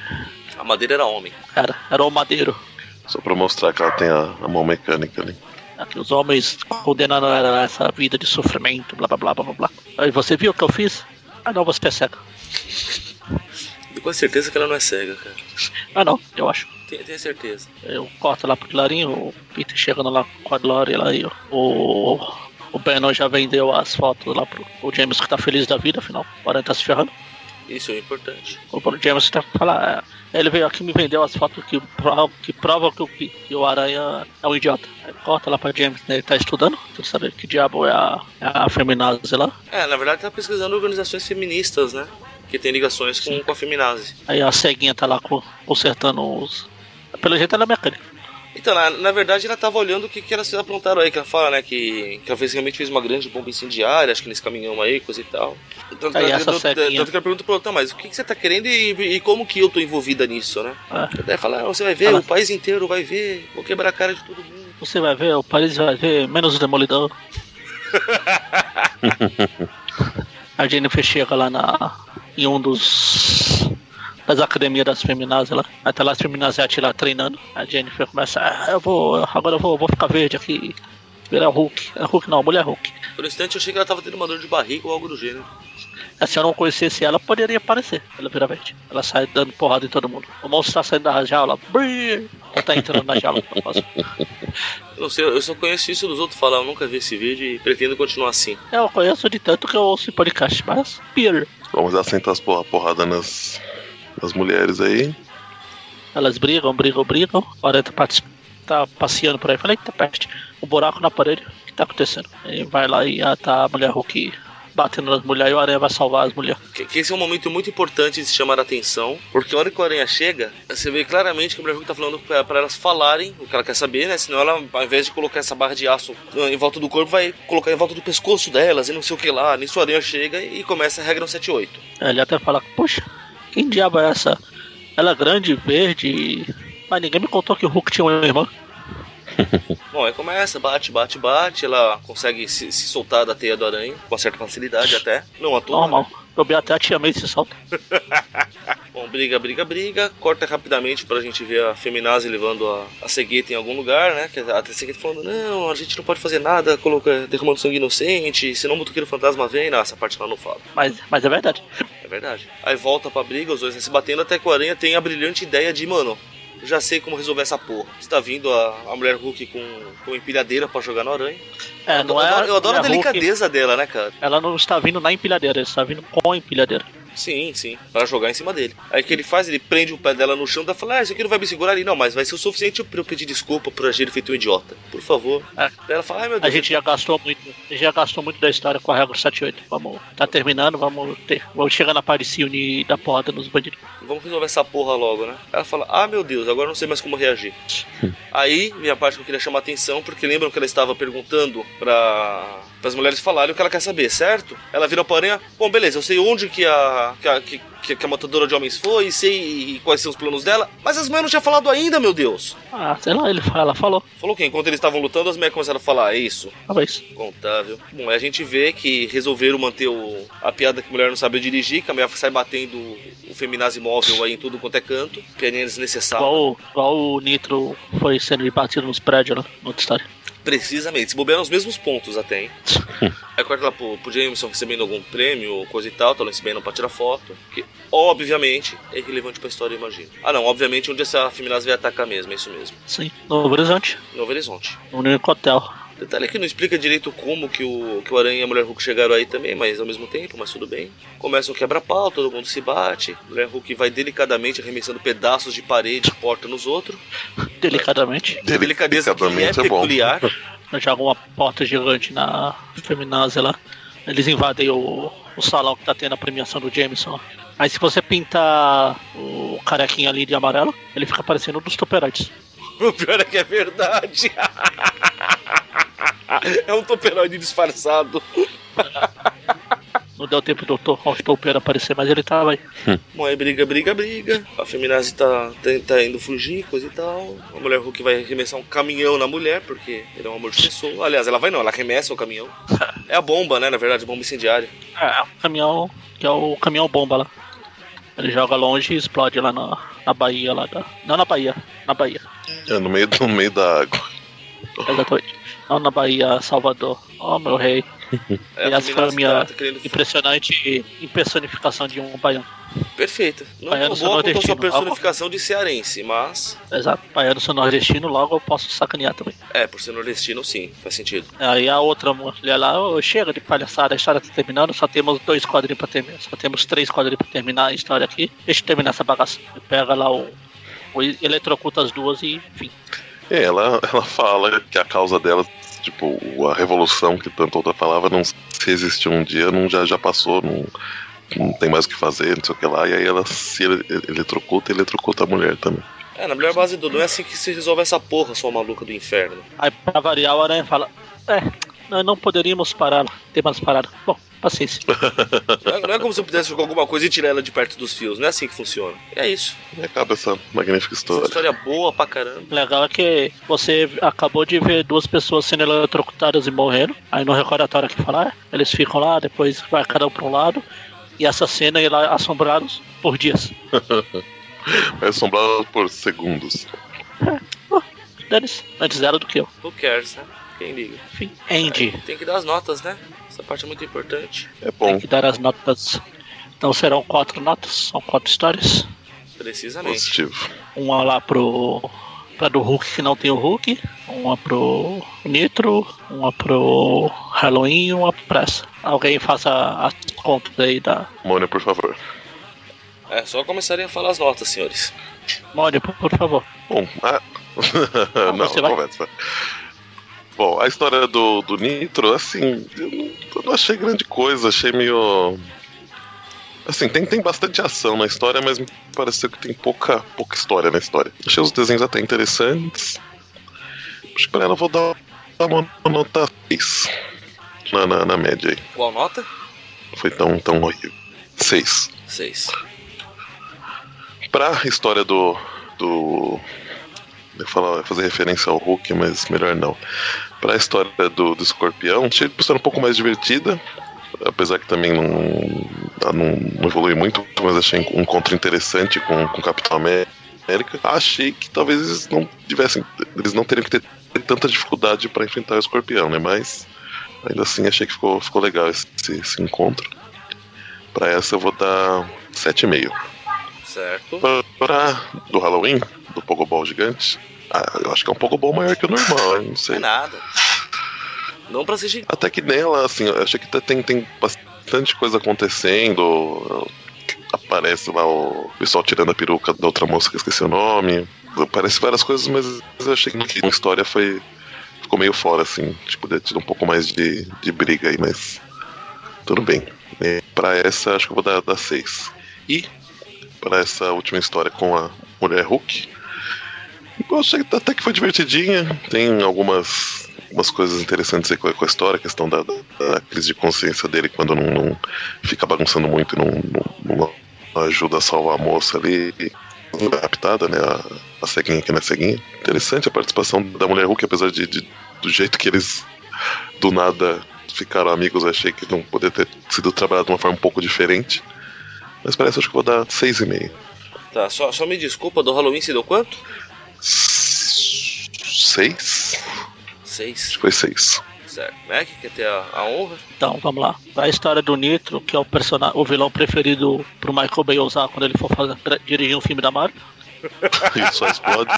[SPEAKER 4] A madeira era homem.
[SPEAKER 2] Era, era o madeiro.
[SPEAKER 3] Só pra mostrar que ela tem a, a mão mecânica ali.
[SPEAKER 2] É que Os homens condenando ela a essa vida de sofrimento, blá blá blá blá blá, blá. Aí você viu o que eu fiz? Ah não, você é cego.
[SPEAKER 4] E com certeza que ela não é cega, cara.
[SPEAKER 2] Ah não, eu acho.
[SPEAKER 4] Tenho, tenho certeza.
[SPEAKER 2] Eu corto lá pro Clarinho, o Peter chegando lá com a Glory lá e o- o. O Bannon já vendeu as fotos lá pro o James que tá feliz da vida, afinal. O Aranha tá se ferrando.
[SPEAKER 4] Isso é importante.
[SPEAKER 2] O Bruno James tá tá lá. é, Ele veio aqui e me vendeu as fotos que, pro- que provam que, o pi- que o Aranha é um idiota. Aí corta lá pra James, né? Ele tá estudando, tem que saber que diabo é a, é a feminazi lá.
[SPEAKER 4] É, na verdade tá pesquisando organizações feministas, né? Que tem ligações com, com a feminazi.
[SPEAKER 2] Aí a ceguinha tá lá co- consertando os. Pelo jeito ela é mecânica.
[SPEAKER 4] Então, na, na verdade, ela tava olhando o que, que elas aprontaram aí, que ela fala, né, que, que ela fez, realmente fez uma grande bomba incendiária, acho que nesse caminhão aí, coisa e tal. Tanto, que
[SPEAKER 2] Aí
[SPEAKER 4] ela-
[SPEAKER 2] essa
[SPEAKER 4] tanto-
[SPEAKER 2] ceguinha.
[SPEAKER 4] tanto que ela pergunta pro outro, "Tá, mas o que, que você tá querendo e, e como que eu tô envolvida nisso, né?
[SPEAKER 2] Ah,
[SPEAKER 4] Daí fala, ah, você vai ver,
[SPEAKER 2] Ela-
[SPEAKER 4] o país inteiro vai ver, vou quebrar a cara de todo mundo.
[SPEAKER 2] Você vai ver, o Paris vai ver, menos o Demolidor. a Jennifer chega lá na, em um dos. das academias das feminazes lá. Aí tá lá as feminazetes lá treinando. A Jennifer começa, ah, eu vou, agora eu vou, vou ficar verde aqui. Virar Hulk. É Hulk não, mulher Hulk.
[SPEAKER 4] Por um instante eu achei que ela tava tendo uma dor de barriga ou algo do gênero.
[SPEAKER 2] Assim, Se eu não conhecesse ela, poderia aparecer. Ela vira verde. Ela sai dando porrada em todo mundo. O monstro tá saindo da jaula. Brrr. Ela tá entrando na jaula. com o negócio.
[SPEAKER 4] Eu não sei, eu só conheço isso dos outros falar, eu nunca vi esse vídeo e pretendo continuar assim.
[SPEAKER 2] Eu conheço de tanto que eu ouço em podcast, mas. Peter.
[SPEAKER 3] Vamos assentar as porra, porrada nas, nas mulheres aí.
[SPEAKER 2] Elas brigam, brigam, brigam. A Aranha tá passe- tá passeando por aí. Falei, eita peste, um buraco na parede. O que tá acontecendo? Aí vai lá e ah, tá a mulher Hulk batendo nas mulheres e o Aranha vai salvar as mulheres.
[SPEAKER 4] Que, que esse é um momento muito importante de se chamar a atenção, porque a hora que o Aranha chega, você vê claramente que a Mulher Hulk tá falando pra, pra elas falarem o que ela quer saber, né? Senão ela, ao invés de colocar essa barra de aço ah, em volta do corpo, vai colocar em volta do pescoço delas e não sei o que lá. Nisso o Aranha chega e começa a regra 178.
[SPEAKER 2] Aí Ele até fala, poxa, quem diabo é essa? Ela é grande, verde, mas ninguém me contou que o Hulk tinha uma irmã.
[SPEAKER 4] Bom, aí começa, bate, bate, bate, ela consegue se, se soltar da teia do Aranha, com certa facilidade até. Não à toa,
[SPEAKER 2] Normal. Eu vi até a tia May se solta.
[SPEAKER 4] Bom, briga, briga, briga. Corta rapidamente pra gente ver a Feminazi levando a, a cegueta em algum lugar, né? Que a, a cegueta falando, não, a gente não pode fazer nada, coloca, derramando sangue inocente, senão o motoqueiro fantasma vem. Não, essa parte lá não fala.
[SPEAKER 2] Mas, mas é verdade.
[SPEAKER 4] É verdade. Aí volta pra briga, os dois se batendo, até que o Aranha tem a brilhante ideia de, mano, já sei como resolver essa porra. Está vindo a, a mulher Hulk com, com empilhadeira pra jogar no aranha.
[SPEAKER 2] É,
[SPEAKER 4] eu
[SPEAKER 2] não é,
[SPEAKER 4] adoro, eu adoro a
[SPEAKER 2] não é Hulk.
[SPEAKER 4] delicadeza dela, né, cara?
[SPEAKER 2] Ela não está vindo na empilhadeira, ela está vindo com a empilhadeira.
[SPEAKER 4] Sim, sim, Pra jogar em cima dele. Aí o que ele faz? Ele prende o pé dela no chão e fala: Ah, isso aqui não vai me segurar ali, não, mas vai ser o suficiente pra eu pedir desculpa por agir feito um idiota. Por favor.
[SPEAKER 2] É.
[SPEAKER 4] Daí ela fala: Ai meu
[SPEAKER 2] A
[SPEAKER 4] Deus,
[SPEAKER 2] gente já gastou muito, já gastou muito da história com a regra 78. Vamos, tá terminando, vamos ter, vamos chegar na parte se unir da porrada nos bandidos.
[SPEAKER 4] vamos resolver essa porra logo, né? Ela fala: Ah meu Deus, agora eu não sei mais como reagir. Aí vem a parte que eu queria chamar a atenção, porque lembram que ela estava perguntando pra. As mulheres falarem o que ela quer saber, certo? Ela vira pra aranha, bom, beleza, eu sei onde que a, que a, que, que- que a matadora de homens foi, sei e quais são os planos dela, mas as mães não tinham falado ainda, meu Deus.
[SPEAKER 2] Ah, sei lá, ele fala, falou.
[SPEAKER 4] Falou que enquanto eles estavam lutando, as meias começaram a falar, é isso.
[SPEAKER 2] Talvez.
[SPEAKER 4] Contável. Bom, aí a gente vê que resolveram manter o, a piada que mulher não sabia dirigir, que a mulher sai batendo o feminazi móvel aí em tudo quanto é canto. Piadinha desnecessária.
[SPEAKER 2] Igual, igual o Nitro foi sendo batido nos prédios lá no outro estádio.
[SPEAKER 4] Precisamente. Se bobear nos mesmos pontos até, hein? Aí corta lá pro, pro Jameson recebendo algum prêmio ou coisa e tal, tá lá recebendo pra tirar foto. Que, obviamente, é relevante pra história, eu imagino. Ah não, obviamente onde essa feminazi vai atacar mesmo, é isso mesmo.
[SPEAKER 2] Sim. Novo Horizonte,
[SPEAKER 4] Novo Horizonte.
[SPEAKER 2] no único hotel.
[SPEAKER 4] Detalhe que não explica direito como que o, que o Aranha e a Mulher Hulk chegaram aí também, mas ao mesmo tempo, mas tudo bem. Começa um quebra-pau, todo mundo se bate. Mulher Hulk vai delicadamente arremessando pedaços de parede, porta nos outros.
[SPEAKER 2] Delicadamente.
[SPEAKER 4] Uma Delicadeza que é
[SPEAKER 3] Delicadamente é bom.
[SPEAKER 4] peculiar.
[SPEAKER 2] Joga uma porta gigante na feminazi lá. Eles invadem o, o salão que tá tendo a premiação do Jameson lá. Aí se você pintar o carequinho ali de amarelo, ele fica parecendo um dos toperates.
[SPEAKER 4] O pior é que é verdade. É um toperoide disfarçado.
[SPEAKER 2] Não deu tempo do Dr. Rostopeiro aparecer, mas ele tá, tava aí.
[SPEAKER 4] Bom, aí briga, briga, briga. A feminazi tá, tá, tá indo fugir, coisa e tal. A mulher Hulk vai arremessar um caminhão na mulher, porque ele é um amor de pessoa. Aliás, ela vai não, ela arremessa o caminhão. É a bomba, né? Na verdade, bomba incendiária.
[SPEAKER 2] É, o caminhão, que é o caminhão bomba lá. Ele joga longe e explode lá na, na Bahia, lá da. Não na Bahia, na Bahia.
[SPEAKER 3] É, no meio, no meio da água.
[SPEAKER 2] Exatamente. Não na Bahia, Salvador. Oh meu rei.
[SPEAKER 4] É
[SPEAKER 2] E essa foi a
[SPEAKER 4] feminazi
[SPEAKER 2] minha
[SPEAKER 4] tá querendo fugir.
[SPEAKER 2] impressionante impersonificação de um baiano.
[SPEAKER 4] Perfeita. Não
[SPEAKER 2] Baiano sou
[SPEAKER 4] boa com sua
[SPEAKER 2] nordestino.
[SPEAKER 4] personificação de cearense, mas.
[SPEAKER 2] Exato. Baiano sou nordestino, logo eu posso sacanear também.
[SPEAKER 4] É, por ser nordestino, sim, faz sentido.
[SPEAKER 2] Aí a outra mulher lá, "Ô, chega de palhaçada, a história tá terminando, só temos dois quadrinhos pra terminar, só temos três quadrinhos pra terminar a história aqui. Deixa eu terminar essa bagaça. Ele Pega lá o. o eletrocuta as duas e enfim.
[SPEAKER 3] É, ela, ela fala que a causa dela, tipo, a revolução que tanto outra falava, não se resistiu um dia, não já, já passou, não, não tem mais o que fazer, não sei o que lá. E aí ela se ele- eletrocuta e eletrocuta a mulher também.
[SPEAKER 4] É, na melhor base do não é assim que se resolve essa porra, sua maluca do inferno.
[SPEAKER 2] Aí pra variar o aranha fala, é, nós não poderíamos parar, tem mais parada. Bom, paciência.
[SPEAKER 4] Não é, não é como se eu pudesse jogar alguma coisa e tirar ela de perto dos fios, não é assim que funciona. É isso.
[SPEAKER 3] E acaba essa magnífica
[SPEAKER 4] Essa
[SPEAKER 3] história.
[SPEAKER 4] história é boa pra caramba.
[SPEAKER 2] O legal é que você acabou de ver duas pessoas sendo eletrocutadas e morrendo. Aí no recordatório que falar, eles ficam lá, depois vai cada um pra um lado. E essa cena e lá assombrados por dias.
[SPEAKER 3] É assombrada por segundos.
[SPEAKER 2] Deles, antes dela do que eu.
[SPEAKER 4] Who cares, né? Quem liga?
[SPEAKER 2] Enfim, Andy,
[SPEAKER 4] Tem que dar as notas, né? Essa parte é muito importante.
[SPEAKER 3] É
[SPEAKER 2] tem
[SPEAKER 3] bom.
[SPEAKER 2] que dar as notas. Então serão quatro notas, são quatro histórias.
[SPEAKER 4] Precisamente.
[SPEAKER 3] Positivo.
[SPEAKER 2] Uma lá pro. pra do Hulk que não tem o Hulk. Uma pro Nitro, uma pro Halloween e uma pra essa. Alguém faça as contas aí da,
[SPEAKER 3] Mônia, por favor.
[SPEAKER 4] É, só começarem a falar as notas, senhores.
[SPEAKER 2] Mônica, por, por favor.
[SPEAKER 3] Bom, a... não,
[SPEAKER 2] Ah, você vai.
[SPEAKER 3] conversa. Bom, a história do, do Nitro, assim, eu não, eu não achei grande coisa, achei meio. Assim, tem, tem bastante ação na história, mas me pareceu que tem pouca, pouca história na história. Achei os desenhos até interessantes. Acho que pra ela eu vou dar dar uma nota 3 na, na, na média aí.
[SPEAKER 4] Qual nota?
[SPEAKER 3] Não foi tão, tão horrível. 6
[SPEAKER 4] Seis.
[SPEAKER 3] pra história do. do eu ia falar, eu ia fazer referência ao Hulk, mas melhor não. Pra história do, do escorpião, achei uma história um pouco mais divertida. Apesar que também não, ela não evolui muito, mas achei um encontro interessante com com o Capitão América. Achei que talvez eles não tivessem. Eles não teriam que ter, ter tanta dificuldade pra enfrentar o escorpião, né? Mas ainda assim achei que ficou, ficou legal esse, esse encontro. Pra essa eu vou dar 7,5.
[SPEAKER 4] Certo.
[SPEAKER 3] Pra, do Halloween, do Pogobol gigante. Ah, eu acho que é um Pogobol maior que o normal, eu não
[SPEAKER 4] É
[SPEAKER 3] sei.
[SPEAKER 4] nada. Não pra ser gigante.
[SPEAKER 3] Até que nela, assim, eu achei que tá- tem, tem bastante coisa acontecendo. Aparece lá o pessoal tirando a peruca da outra moça que eu esqueci o nome. Aparece várias coisas, mas eu achei que a história foi. Ficou meio fora, assim. Tipo, podia ter tido um pouco mais de, de briga aí, mas. Tudo bem. É, pra essa, acho que eu vou dar, dar seis. E pra essa última história com a tá, mulher Hulk. Eu achei até que foi divertidinha. Tem algumas umas coisas interessantes aí com a, com a história, a questão da, da, da crise de consciência dele quando não, não fica bagunçando muito e não, não- não ajuda a salvar a moça ali. Raptada, né? A, a ceguinha que não é ceguinha. Interessante a participação da mulher Hulk, apesar de, de- do jeito que eles do nada ficaram amigos, achei que não poderia ter sido trabalhado de uma forma um pouco diferente. Mas parece acho que eu vou dar 6,5.
[SPEAKER 4] Tá, só, só me desculpa, do Halloween se deu quanto?
[SPEAKER 3] 6?
[SPEAKER 4] Seis.
[SPEAKER 3] Foi 6.
[SPEAKER 4] Certo. Mac, quer ter a, a honra?
[SPEAKER 2] Então, vamos lá. A história do Nitro, que é o, persona- o vilão preferido pro Michael Bay usar quando ele for fazer- dirigir um filme da Marvel.
[SPEAKER 3] E só explode.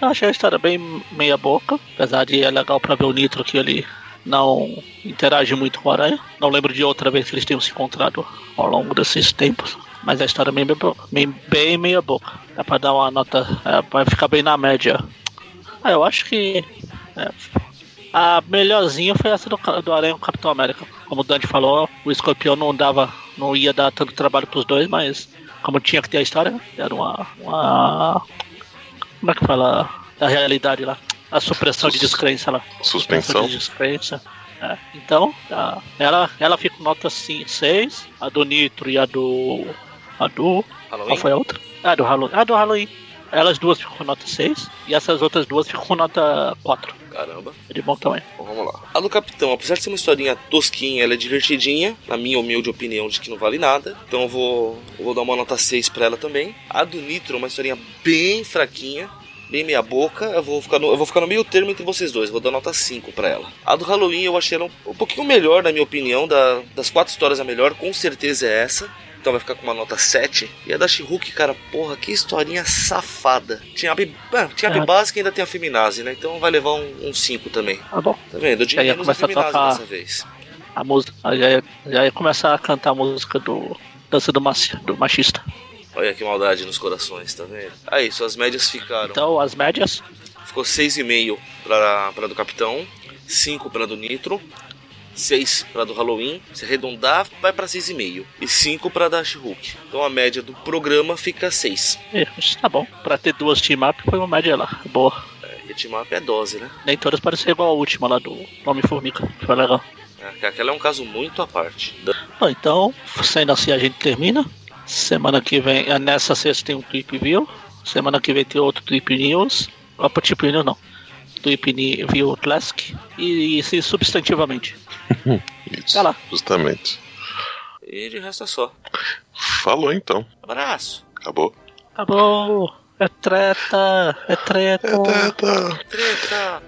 [SPEAKER 2] Eu achei a história bem meia boca, apesar de é legal pra ver o Nitro que ele não interage muito com o Aranha. Não lembro de outra vez que eles tenham se encontrado ao longo desses tempos. Mas a história é bem, meia boca- bem, bem meia boca. Dá pra dar uma nota. é, vai ficar bem na média. Ah, eu acho que. é, a melhorzinha foi essa do, ca- do Aranha com o Capitão América. Como o Dante falou, o escorpião não dava. não ia dar tanto trabalho pros dois, mas como tinha que ter a história, né, era uma- uma como é que fala a realidade lá? A supressão de descrença lá.
[SPEAKER 3] Suspensão.
[SPEAKER 2] Supressão de descrença. É. Então, a- ela, ela fica com nota 6, a do Nitro e a do. A do. Qual
[SPEAKER 4] Halloween?
[SPEAKER 2] foi a outra? A do Halloween. A do Halloween. Elas duas ficam com nota 6 e essas outras duas ficam com nota 4.
[SPEAKER 4] Caramba.
[SPEAKER 2] É de bom tamanho.
[SPEAKER 4] Bom, vamos lá. A do Capitão, apesar de ser uma historinha tosquinha, ela é divertidinha, na minha humilde opinião, de que não vale nada. Então eu vou, eu vou dar uma nota 6 pra ela também. A do Nitro, é uma historinha bem fraquinha, bem meia boca. Eu vou ficar no, eu vou ficar no meio termo entre vocês dois, vou dar nota 5 pra ela. A do Halloween eu achei ela um, um pouquinho melhor, na minha opinião. Da, das quatro histórias, a melhor com certeza é essa. Então vai ficar com uma nota 7. E a da She-Hulk, cara, porra, que historinha safada. Tinha a, bi- ah, tinha a
[SPEAKER 2] Ah.
[SPEAKER 4] básica e ainda tem a feminazi, né? Então vai levar um 5 também.
[SPEAKER 2] Tá bom.
[SPEAKER 4] Tá vendo? Eu tinha
[SPEAKER 2] Aí ia
[SPEAKER 4] menos
[SPEAKER 2] começar a
[SPEAKER 4] afeminado
[SPEAKER 2] tocar-
[SPEAKER 4] dessa vez.
[SPEAKER 2] A música. Já ia, já ia começar a cantar a música do. Dança do, maci, do machista.
[SPEAKER 4] Olha que maldade nos corações, tá vendo? Aí, suas médias ficaram.
[SPEAKER 2] Então, as médias.
[SPEAKER 4] Ficou 6,5 pra, pra do Capitão, 5 pra do Nitro, 6 pra do Halloween. Se arredondar, vai pra 6,5. E 5 pra da She-Hulk. Então a média do programa fica 6.
[SPEAKER 2] É, isso tá bom. Pra ter duas team-up foi uma média lá. Boa.
[SPEAKER 4] É, e a Timap é 12, né?
[SPEAKER 2] Nem todas parecem igual a última lá do Homem-Formiga. Foi legal.
[SPEAKER 4] É, Aquela é um caso muito à parte. Da-
[SPEAKER 2] Bom, então, sendo assim, a gente termina. Semana que vem, é, nessa sexta tem um Trip View. Semana que vem tem outro Trip News. Opa, Trip News não. Trip Ni- View Classic. E, e se substantivamente.
[SPEAKER 3] Isso.
[SPEAKER 2] Tá lá.
[SPEAKER 3] Justamente.
[SPEAKER 4] E de resto é só.
[SPEAKER 3] Falou então.
[SPEAKER 4] Abraço.
[SPEAKER 3] Acabou.
[SPEAKER 2] Tá bom. É treta. É treta.
[SPEAKER 3] É, tá, tá.
[SPEAKER 4] Treta!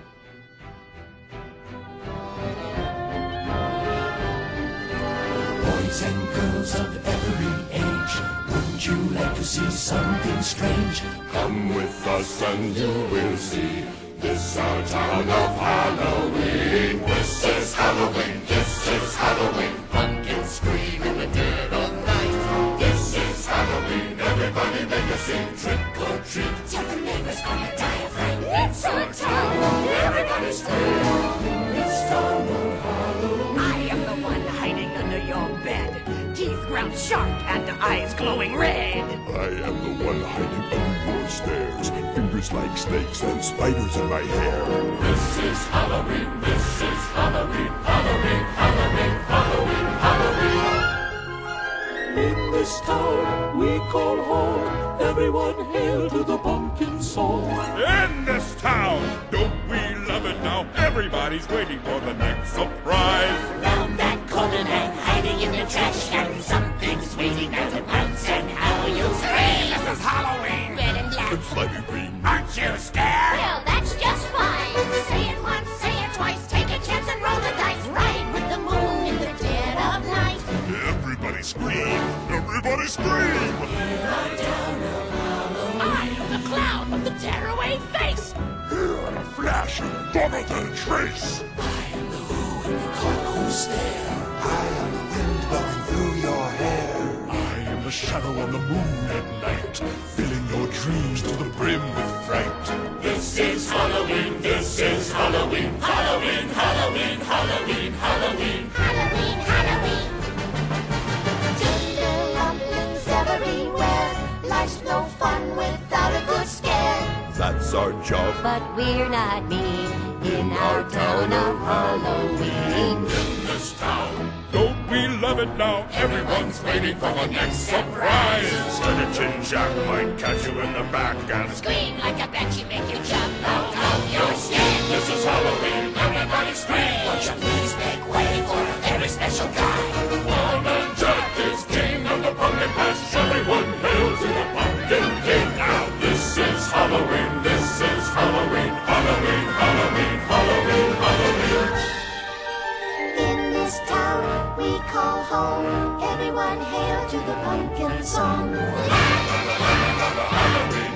[SPEAKER 1] Boys and girls of every age, wouldn't you like to see something strange? Come with us and you will see. This our town of Halloween. This is Halloween. This is Halloween. Pumpkins scream in the dead of night. This is Halloween. Everybody make a scene. Trick or treat. Tell the neighbors on the diaphragm. It's our town. Everybody's free. It's town of
[SPEAKER 5] I am the one hiding under your bed, teeth ground sharp and eyes glowing red.
[SPEAKER 1] I am the one hiding under your stairs. Fingers like snakes and spiders in my hair. This is Halloween. This is Halloween. Halloween. Halloween. Halloween. Halloween. In this town we call home. Everyone hail to the pumpkin soul.
[SPEAKER 6] in this town. Don't we love it now? Everybody's waiting for the next surprise.
[SPEAKER 1] Round that corner and hiding in the trash can. Something's waiting now to pounce and how you'll scream. This is Halloween.
[SPEAKER 7] Red and black.
[SPEAKER 1] It's slimy green.
[SPEAKER 7] Aren't you scared? Well, that's just fine. Say it once, say it twice. Take a chance and roll the dice. Ride with the moon in the dead of night.
[SPEAKER 1] Everybody scream! Everybody scream!
[SPEAKER 7] I am the clown with the tearaway face.
[SPEAKER 1] Here in a flash and gone without a trace! I am the who in the cold stare. I am the wind blowing through your hair. I am the shadow on the moon at night, filling your dreams to the brim with fright. This is Halloween, this is Halloween, Halloween, Halloween, Halloween, Halloween.
[SPEAKER 7] Halloween, Halloween. Tinderlumblings everywhere. Life's no fun without a good scare.
[SPEAKER 1] That's our job.
[SPEAKER 7] But we're not mean in our town of Halloween.
[SPEAKER 1] This town,
[SPEAKER 6] Don't we love it now?
[SPEAKER 1] everyone's waiting for the next surprise. Skeleton Jack might catch you in the back and
[SPEAKER 7] Scream like a bat, you make you jump out of your skin.
[SPEAKER 1] This is Halloween, everybody scream. Won't you please make way for a very special guy? Walnut Jack is king of the pumpkin patch. Everyone hail to the pumpkin king now. This is Halloween, this is Halloween, Halloween, Halloween, Halloween, Halloween.
[SPEAKER 7] In this town we call home, everyone hail to the pumpkin song.
[SPEAKER 1] Halloween,